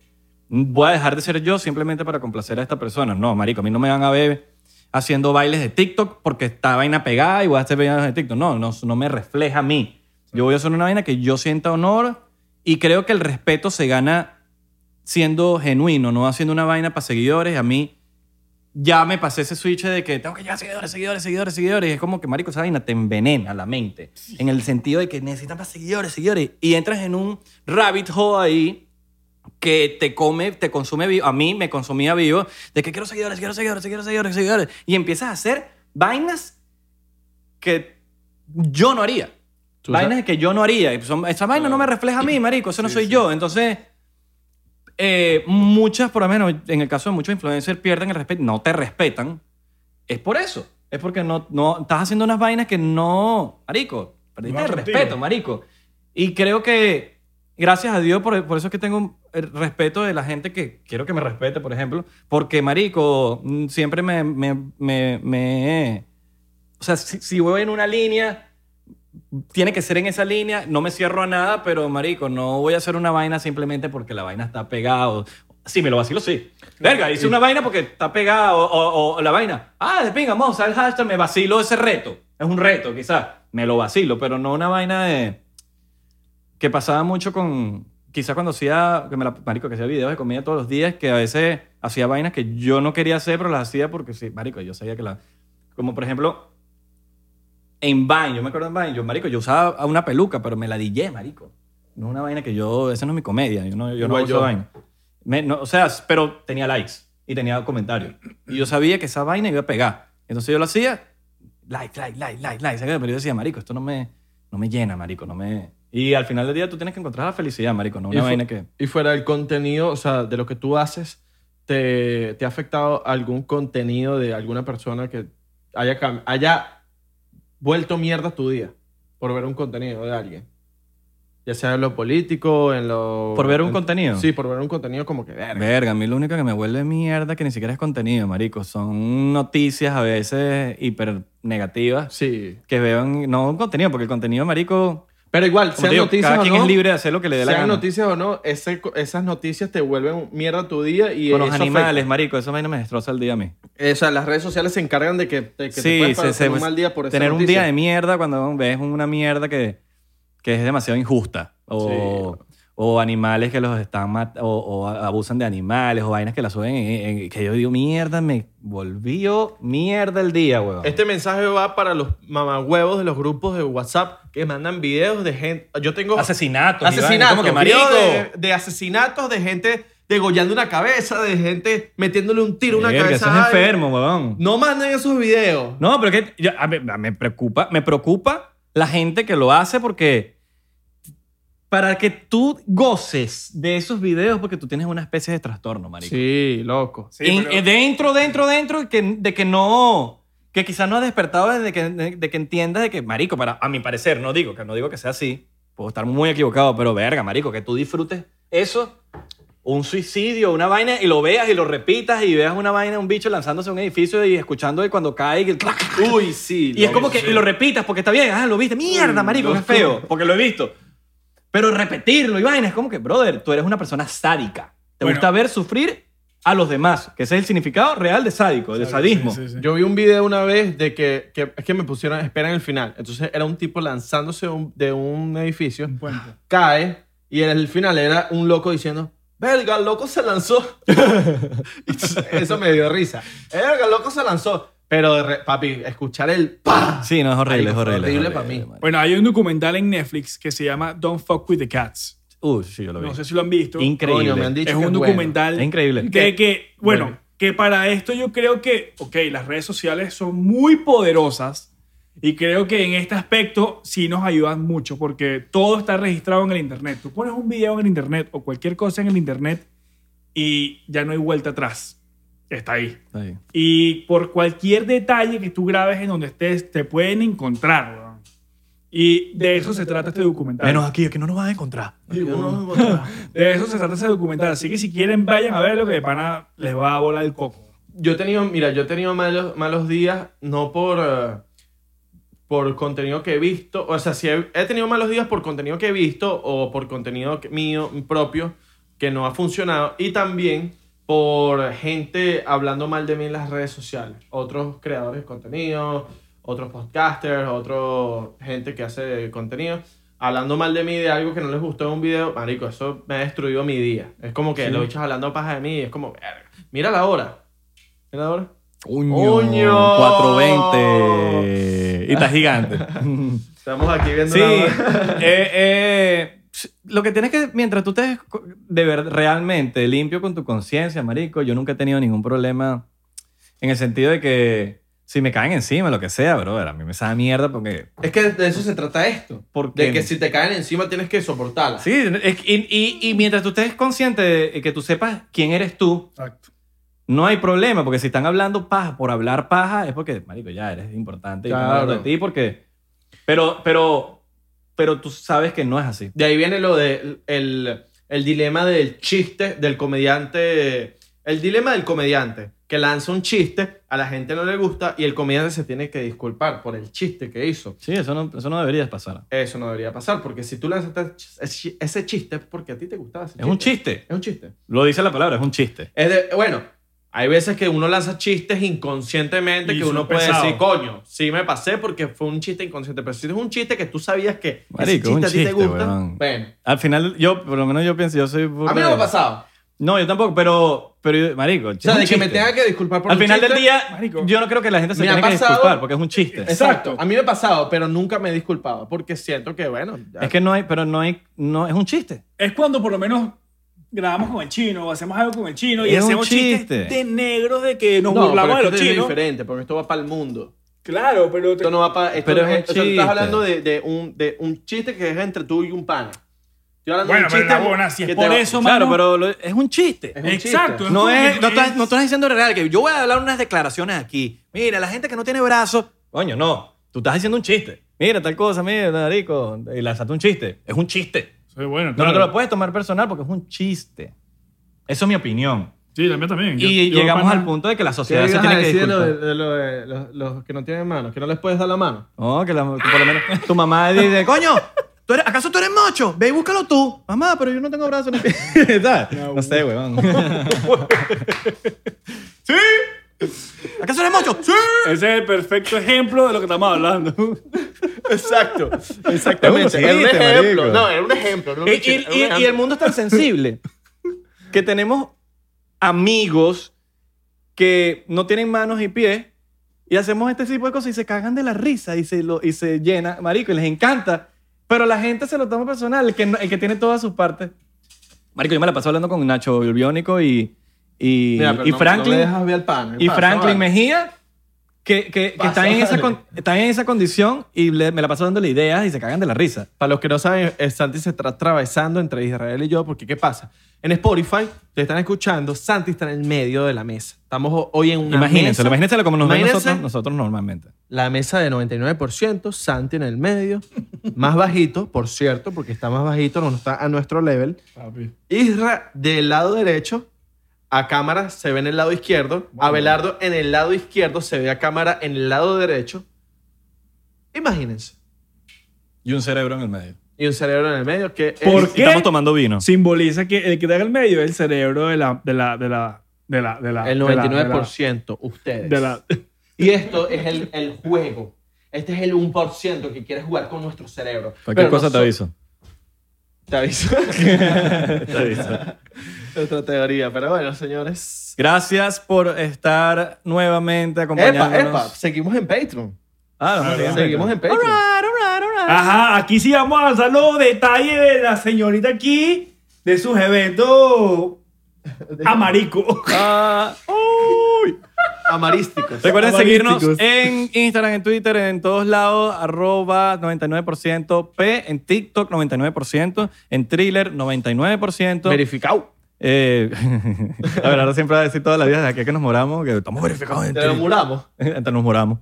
Speaker 1: voy a dejar de ser yo simplemente para complacer a esta persona. No, marico, a mí no me van a ver haciendo bailes de TikTok porque está vaina pegada y voy a hacer bailes de TikTok. No, no, no me refleja a mí. Yo voy a hacer una vaina que yo sienta honor y creo que el respeto se gana siendo genuino, no haciendo una vaina para seguidores. A mí ya me pasé ese switch de que tengo que llevar seguidores, seguidores, seguidores, seguidores. Y es como que, marico, esa vaina te envenena la mente. En el sentido de que necesitas más seguidores, seguidores. Y entras en un rabbit hole ahí que te come, te consume vivo. A mí me consumía vivo de que quiero seguidores, quiero seguidores, quiero seguidores, seguidores. Y empiezas a hacer vainas que yo no haría. Vainas que yo no haría. Son- Esa vaina no me refleja a mí, marico. Eso no soy yo. Entonces, eh, muchas, por lo menos en el caso de muchos influencers, pierden el respeto, no te respetan. Es por eso. Es porque no, no estás haciendo unas vainas que no. Marico, perdiste
Speaker 3: No va
Speaker 1: el
Speaker 3: contigo.
Speaker 1: respeto, marico. Y creo que, gracias a Dios, por, por eso es que tengo el respeto de la gente que quiero que me respete, por ejemplo. Porque, marico, mm, siempre me. me, me, me- o sea, si, si voy en una línea tiene que ser en esa línea. No me cierro a nada, pero marico, no voy a hacer una vaina simplemente porque la vaina está pegada. o- Sí, me lo vacilo, sí. Verga, hice una vaina porque está pegada o, o- o la vaina. Ah, de pinga, moza, el hashtag, me vacilo ese reto. Es un reto, quizás. Me lo vacilo, pero no una vaina de... Que pasaba mucho con... Quizás cuando hacía... Que me la, marico, que hacía videos de comida todos los días, que a veces hacía vainas que yo no quería hacer, pero las hacía porque sí, marico, yo sabía que la... Como por ejemplo, en Vine, yo me acuerdo en Vine, yo, marico, yo usaba una peluca, pero me la dillé, marico. No es una vaina que yo, esa no es mi comedia, yo no, yo no
Speaker 2: Igual
Speaker 1: uso
Speaker 2: yo.
Speaker 1: vaina. Me- no, o sea, pero tenía likes y tenía comentarios. Y yo sabía que esa vaina iba a pegar. Entonces yo lo hacía, like, like, like, like, like. ¿sabes? Pero yo decía, marico, esto no me, no me llena, marico, no me... Y al final del día tú tienes que encontrar la felicidad, marico, no
Speaker 2: Y
Speaker 1: una
Speaker 2: fu-
Speaker 1: vaina que...
Speaker 2: Y fuera del contenido, o sea, de lo que tú haces, ¿te, te ha afectado algún contenido de alguna persona que haya, cam- haya vuelto mierda tu día por ver un contenido de alguien? Ya sea en lo político, en lo...
Speaker 1: ¿Por ver un
Speaker 2: en-
Speaker 1: contenido?
Speaker 2: Sí, por ver un contenido como que... verga.
Speaker 1: Verga, a mí lo único que me vuelve mierda que ni siquiera es contenido, marico. Son noticias a veces hiper negativas
Speaker 2: Sí.
Speaker 1: que vean, no un contenido, porque el contenido, marico,
Speaker 2: Pero igual,
Speaker 1: como
Speaker 2: sean
Speaker 1: te digo,
Speaker 2: noticias
Speaker 1: cada
Speaker 2: o
Speaker 1: quien
Speaker 2: no,
Speaker 1: es libre de hacer lo que le dé la
Speaker 2: sean
Speaker 1: gana.
Speaker 2: noticias o no, ese co- esas noticias te vuelven mierda tu día y
Speaker 1: Con los
Speaker 2: eso afecta.
Speaker 1: animales, marico, esa vaina me destroza el día a mí.
Speaker 2: Eh, O sea, las redes sociales se encargan de que, de que te
Speaker 1: Sí,
Speaker 2: puedas
Speaker 1: se,
Speaker 2: pasar
Speaker 1: se-
Speaker 2: un mal día por esa
Speaker 1: tener un
Speaker 2: noticia.
Speaker 1: día de mierda cuando ves una mierda que, que es demasiado injusta. O, o animales que los están mat- o, o abusan de animales, o vainas que la suben. en- en- que yo digo, mierda, me volvió mierda el día, weón.
Speaker 2: Este mensaje va para los mamagüevos de los grupos de WhatsApp que mandan videos de gente. Yo tengo
Speaker 1: asesinato.
Speaker 2: asesinatos,
Speaker 1: Como que marico.
Speaker 2: videos de, de asesinatos de gente degollando una cabeza, de gente metiéndole un tiro a una
Speaker 1: Verga,
Speaker 2: cabeza.
Speaker 1: eso es
Speaker 2: a alguien.
Speaker 1: enfermo, weón.
Speaker 2: No manden esos videos.
Speaker 1: No, pero que yo- a mí- a- me preocupa, me preocupa la gente que lo hace porque para que tú goces de esos videos porque tú tienes una especie de trastorno, marico.
Speaker 2: Sí, loco.
Speaker 3: Sí,
Speaker 1: En-
Speaker 3: pero-
Speaker 1: eh, Dentro, dentro, dentro que, de que no, que quizás no has despertado desde que, de, de que entiendas de que, marico, para, a mi parecer, no digo que no digo que sea así, puedo estar muy equivocado, pero verga, marico, que tú disfrutes eso, un suicidio, una vaina y lo veas y lo repitas y veas una vaina, un bicho lanzándose a un edificio y escuchando y cuando cae y el clac, clac,
Speaker 2: Uy, sí.
Speaker 1: y es
Speaker 2: loco.
Speaker 1: como que y lo repitas porque está bien, ah, lo viste, mierda, marico, qué feo, porque lo he visto. Pero repetirlo, y vaina, es como que, brother, tú eres una persona sádica. Te
Speaker 3: Bueno.
Speaker 1: gusta ver sufrir a los demás, que ese es el significado real de sádico, de sadismo.
Speaker 3: Sí, sí, sí.
Speaker 2: Yo vi un video una vez de que, que- es que me pusieron, espera en el final. Entonces era un tipo lanzándose un- de un edificio,
Speaker 3: Un puente.
Speaker 2: cae y en el final era un loco diciendo, verga, el loco se lanzó. Entonces, Eso me dio risa. Verga, el loco se lanzó. Pero, de re- papi, escuchar el pa.
Speaker 1: Sí, no, es horrible,
Speaker 2: Ay,
Speaker 1: es horrible.
Speaker 2: horrible
Speaker 1: es
Speaker 2: para mí.
Speaker 1: marico.
Speaker 3: Bueno, hay un documental en Netflix que se llama Don't Fuck with the Cats.
Speaker 1: Uh, sí, yo lo vi.
Speaker 3: No sé si lo han visto.
Speaker 1: Increíble.
Speaker 2: Coño, me han dicho
Speaker 3: Es
Speaker 2: que
Speaker 3: un
Speaker 2: bueno.
Speaker 3: documental.
Speaker 1: Es increíble.
Speaker 3: Que, que, bueno, que para esto yo creo que, ok, las redes sociales son muy poderosas y creo que en este aspecto sí nos ayudan mucho porque todo está registrado en el Internet. Tú pones un video en el Internet o cualquier cosa en el Internet y ya no hay vuelta atrás. Está ahí.
Speaker 1: Ahí.
Speaker 3: Y por cualquier detalle que tú grabes en donde estés, te pueden encontrar. weón. Y de eso se trata este documental.
Speaker 1: Menos aquí, que no nos van a encontrar.
Speaker 3: De eso se trata ese documental. Así que si quieren, vayan a verlo, que de pana les va a volar el coco.
Speaker 2: Yo he tenido, mira, yo he tenido malos, malos días, no por, eh, por contenido que he visto, o sea, si he, he tenido malos días por contenido que he visto o por contenido que- mío propio que no ha funcionado y también por gente hablando mal de mí en las redes sociales, otros creadores de contenido, otros podcasters, otros gente que hace contenido. Hablando mal de mí de algo que no les gustó en un video, marico, eso me ha destruido mi día. Es como que los bichos hablando paja de mí y es como, "Verga, mira la hora, ¿Era ahora?
Speaker 1: Uño.
Speaker 2: Uño.
Speaker 1: 420. Y está gigante.
Speaker 2: Estamos aquí viendo
Speaker 1: sí.
Speaker 2: la hora.
Speaker 1: eh, eh, lo que tienes que, mientras tú estés co- de ver, realmente limpio con tu conciencia, marico, yo nunca he tenido ningún problema en el sentido de que si me caen encima, lo que sea, bro, a mí me sabe mierda porque...
Speaker 2: Es que de eso se trata esto.
Speaker 1: porque
Speaker 2: De que si te caen encima tienes que soportarla.
Speaker 1: Sí, es- y, y- y mientras tú estés consciente de que tú sepas quién eres tú,
Speaker 3: Exacto.
Speaker 1: no hay problema, porque si están hablando paja por hablar paja, es porque, marico, ya eres importante y están
Speaker 2: Claro.
Speaker 1: hablando de ti, porque... Pero, pero, pero tú sabes que no es así.
Speaker 2: De ahí viene lo de el, el dilema del chiste del comediante. El dilema del comediante que lanza un chiste, a la gente no le gusta y el comediante se tiene que disculpar por el chiste que hizo.
Speaker 1: Sí, eso no, eso no debería pasar.
Speaker 2: Eso no debería pasar, porque si tú lanzaste ch- ese chi- ese chiste es porque a ti te gustaba ese
Speaker 1: Es un chiste.
Speaker 2: Es un chiste.
Speaker 1: Lo dice la palabra, es un chiste.
Speaker 2: Es de- bueno, hay veces que uno lanza chistes inconscientemente
Speaker 3: Y
Speaker 2: que
Speaker 3: son
Speaker 2: uno puede
Speaker 3: pesados.
Speaker 2: decir, coño, sí me pasé porque fue un chiste inconsciente. Pero si es un chiste que tú sabías que
Speaker 1: Marico,
Speaker 2: ese
Speaker 1: un
Speaker 2: chiste a ti te
Speaker 1: chiste,
Speaker 2: gusta,
Speaker 1: weón.
Speaker 2: bueno.
Speaker 1: Al final, yo, por lo menos yo pienso, yo soy...
Speaker 2: A mí no me ha pasado.
Speaker 1: No, yo tampoco, pero, pero marico,
Speaker 2: O sea, de que me tenga que disculpar por
Speaker 1: Al
Speaker 2: un
Speaker 1: final
Speaker 2: chiste,
Speaker 1: del día,
Speaker 3: marico.
Speaker 1: yo no creo que la gente se
Speaker 2: Me ha
Speaker 1: tenga que
Speaker 2: pasado-
Speaker 1: disculpar, porque es un chiste.
Speaker 2: Exacto. A mí me ha pasado, pero nunca me he disculpado porque siento que, bueno. ya.
Speaker 1: Es que no hay, pero no hay, no, es un chiste.
Speaker 3: Es cuando por lo menos grabamos con el chino o hacemos algo con el chino y
Speaker 1: Es un
Speaker 3: hacemos chistes
Speaker 1: chiste.
Speaker 3: de negros de que nos
Speaker 2: no,
Speaker 3: burlamos de
Speaker 2: pero es
Speaker 3: los
Speaker 2: que esto es
Speaker 3: chinos.
Speaker 2: diferente porque esto va para el mundo.
Speaker 3: Claro, pero te-
Speaker 2: Esto no va para. Esto
Speaker 1: Pero
Speaker 2: no
Speaker 1: es un
Speaker 2: o sea, tú
Speaker 1: chiste.
Speaker 2: estás hablando de, de un, de un chiste que es entre tú y un pana. Estoy hablando
Speaker 3: Bueno,
Speaker 2: de un
Speaker 3: pero
Speaker 2: chiste.
Speaker 3: la buena, si es
Speaker 2: que
Speaker 3: por
Speaker 2: te-
Speaker 3: eso,
Speaker 1: Claro,
Speaker 3: mano.
Speaker 1: pero lo- es un chiste.
Speaker 2: Es un chiste.
Speaker 3: Exacto.
Speaker 1: No,
Speaker 3: como
Speaker 1: es,
Speaker 3: que
Speaker 1: no, estás, no estás diciendo real, que yo voy a hablar unas declaraciones aquí. Mira, la gente que no tiene brazos, coño, no, tú estás haciendo un chiste. Mira, tal cosa, mira, narico, y lanzaste un chiste. Es un chiste.
Speaker 3: Soy
Speaker 1: No,
Speaker 3: bueno,
Speaker 1: no
Speaker 3: claro.
Speaker 1: te lo puedes tomar personal porque es un chiste. Eso es mi opinión.
Speaker 3: Sí, la mía también. Yo-
Speaker 1: y
Speaker 3: yo
Speaker 1: llegamos
Speaker 3: pana-
Speaker 1: al punto de que la
Speaker 2: ¿Qué
Speaker 1: sociedad
Speaker 2: ibas
Speaker 1: se
Speaker 2: a
Speaker 1: tiene que
Speaker 2: decir de lo
Speaker 1: disculpar.
Speaker 2: de, de lo de los, los que no tienen manos? ¿Que no les puedes dar la mano?
Speaker 1: No, que, la- que por lo menos tu mamá dice, coño, ¿tú eres- ¿acaso tú eres mocho? Ve y búscalo tú. Mamá, pero yo no tengo brazos ni pies". ¿Sabes? No, sé, weón.
Speaker 3: ¡Sí!
Speaker 1: ¿Acaso eres mocho? Sí.
Speaker 3: Ese es el perfecto ejemplo de lo que estamos hablando.
Speaker 2: Exacto.
Speaker 1: Exactamente.
Speaker 2: Era un
Speaker 1: Chiste,
Speaker 2: ejemplo.
Speaker 1: marico.
Speaker 2: No, era un ejemplo. no
Speaker 1: Y,
Speaker 2: era un
Speaker 1: y- y-
Speaker 2: chiste, era un
Speaker 1: y
Speaker 2: ejemplo.
Speaker 1: el mundo es tan sensible que tenemos amigos que no tienen manos y pies y hacemos este tipo de cosas y se cagan de la risa y se, lo, y se llena, marico, y les encanta. Pero la gente se lo toma personal, el que, no- el que tiene todas sus partes. Marico, yo me la paso hablando con Nacho Bionico y, y,
Speaker 2: Mira, pero
Speaker 1: y
Speaker 2: no- no
Speaker 1: Franklin.
Speaker 2: le dejas ver al pana,
Speaker 1: y
Speaker 2: pasa,
Speaker 1: Franklin
Speaker 2: vale.
Speaker 1: Mejía, que, que, que
Speaker 2: Pasa,
Speaker 1: están, en esa
Speaker 2: vale.
Speaker 1: con- están en esa condición y le- me la paso dándole ideas y se cagan de la risa.
Speaker 2: Para los que no saben, eh, Santi se está atravesando entre Israel y yo, porque ¿qué pasa? En Spotify, te están escuchando, Santi está en el medio de la mesa. Estamos ho- hoy en una
Speaker 1: Imagínenselo,
Speaker 2: mesa.
Speaker 1: imagínenselo como nos ven
Speaker 2: Imagínense.
Speaker 1: nosotros, nosotros normalmente.
Speaker 2: La mesa de 99%, Santi en el medio, más bajito, por cierto, porque está más bajito, no está a nuestro level. Isra del lado derecho, a cámara se ve en el lado izquierdo, Abelardo en el lado izquierdo se ve a cámara en el lado derecho. Imagínense.
Speaker 1: Y un cerebro en el medio.
Speaker 2: y un cerebro en el medio que es-
Speaker 3: ¿Por
Speaker 1: Y
Speaker 3: qué?
Speaker 1: Estamos tomando vino.
Speaker 3: Simboliza que el que está en el medio es el cerebro de la. De la, de la, de la, de la
Speaker 2: el
Speaker 3: de la- de la-
Speaker 2: 99% ustedes.
Speaker 3: de la-
Speaker 2: Y esto es el, el juego. Este es el 1% que quiere jugar con nuestro cerebro.
Speaker 1: Cualquier
Speaker 2: Pero
Speaker 1: cosa te
Speaker 2: noso-
Speaker 1: aviso.
Speaker 2: Te aviso.
Speaker 1: Te aviso.
Speaker 2: Nuestra teoría, pero bueno, señores.
Speaker 1: Gracias por estar nuevamente
Speaker 2: Epa,
Speaker 1: acompañándonos.
Speaker 2: epa, seguimos en Patreon.
Speaker 1: Ah, vamos bien.
Speaker 2: Seguimos en Patreon.
Speaker 3: Ajá, aquí sí vamos a lanzar los detalles de la señorita aquí, de sus eventos amarico.
Speaker 1: Ah, uy.
Speaker 2: Amarísticos.
Speaker 1: Recuerden
Speaker 3: Avalísticos.
Speaker 1: seguirnos en Instagram, en Twitter, en todos lados, arroba 99% P, en TikTok 99%, en Thriller 99%.
Speaker 2: Verificado.
Speaker 1: Eh, la verdad, siempre va a decir toda la vida desde aquí que nos moramos, que estamos verificados en
Speaker 2: Te lo
Speaker 1: Thriller.
Speaker 2: muramos.
Speaker 1: Hasta nos moramos.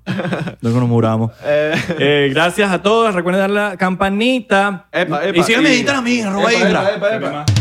Speaker 1: Luego nos muramos.
Speaker 2: Eh,
Speaker 1: Eh, gracias a todos. Recuerden dar la campanita.
Speaker 2: Epa, epa,
Speaker 1: y síganme
Speaker 2: y-
Speaker 1: en Instagram a mí, arroba
Speaker 2: epa,
Speaker 1: Isra.
Speaker 2: epa, epa, epa.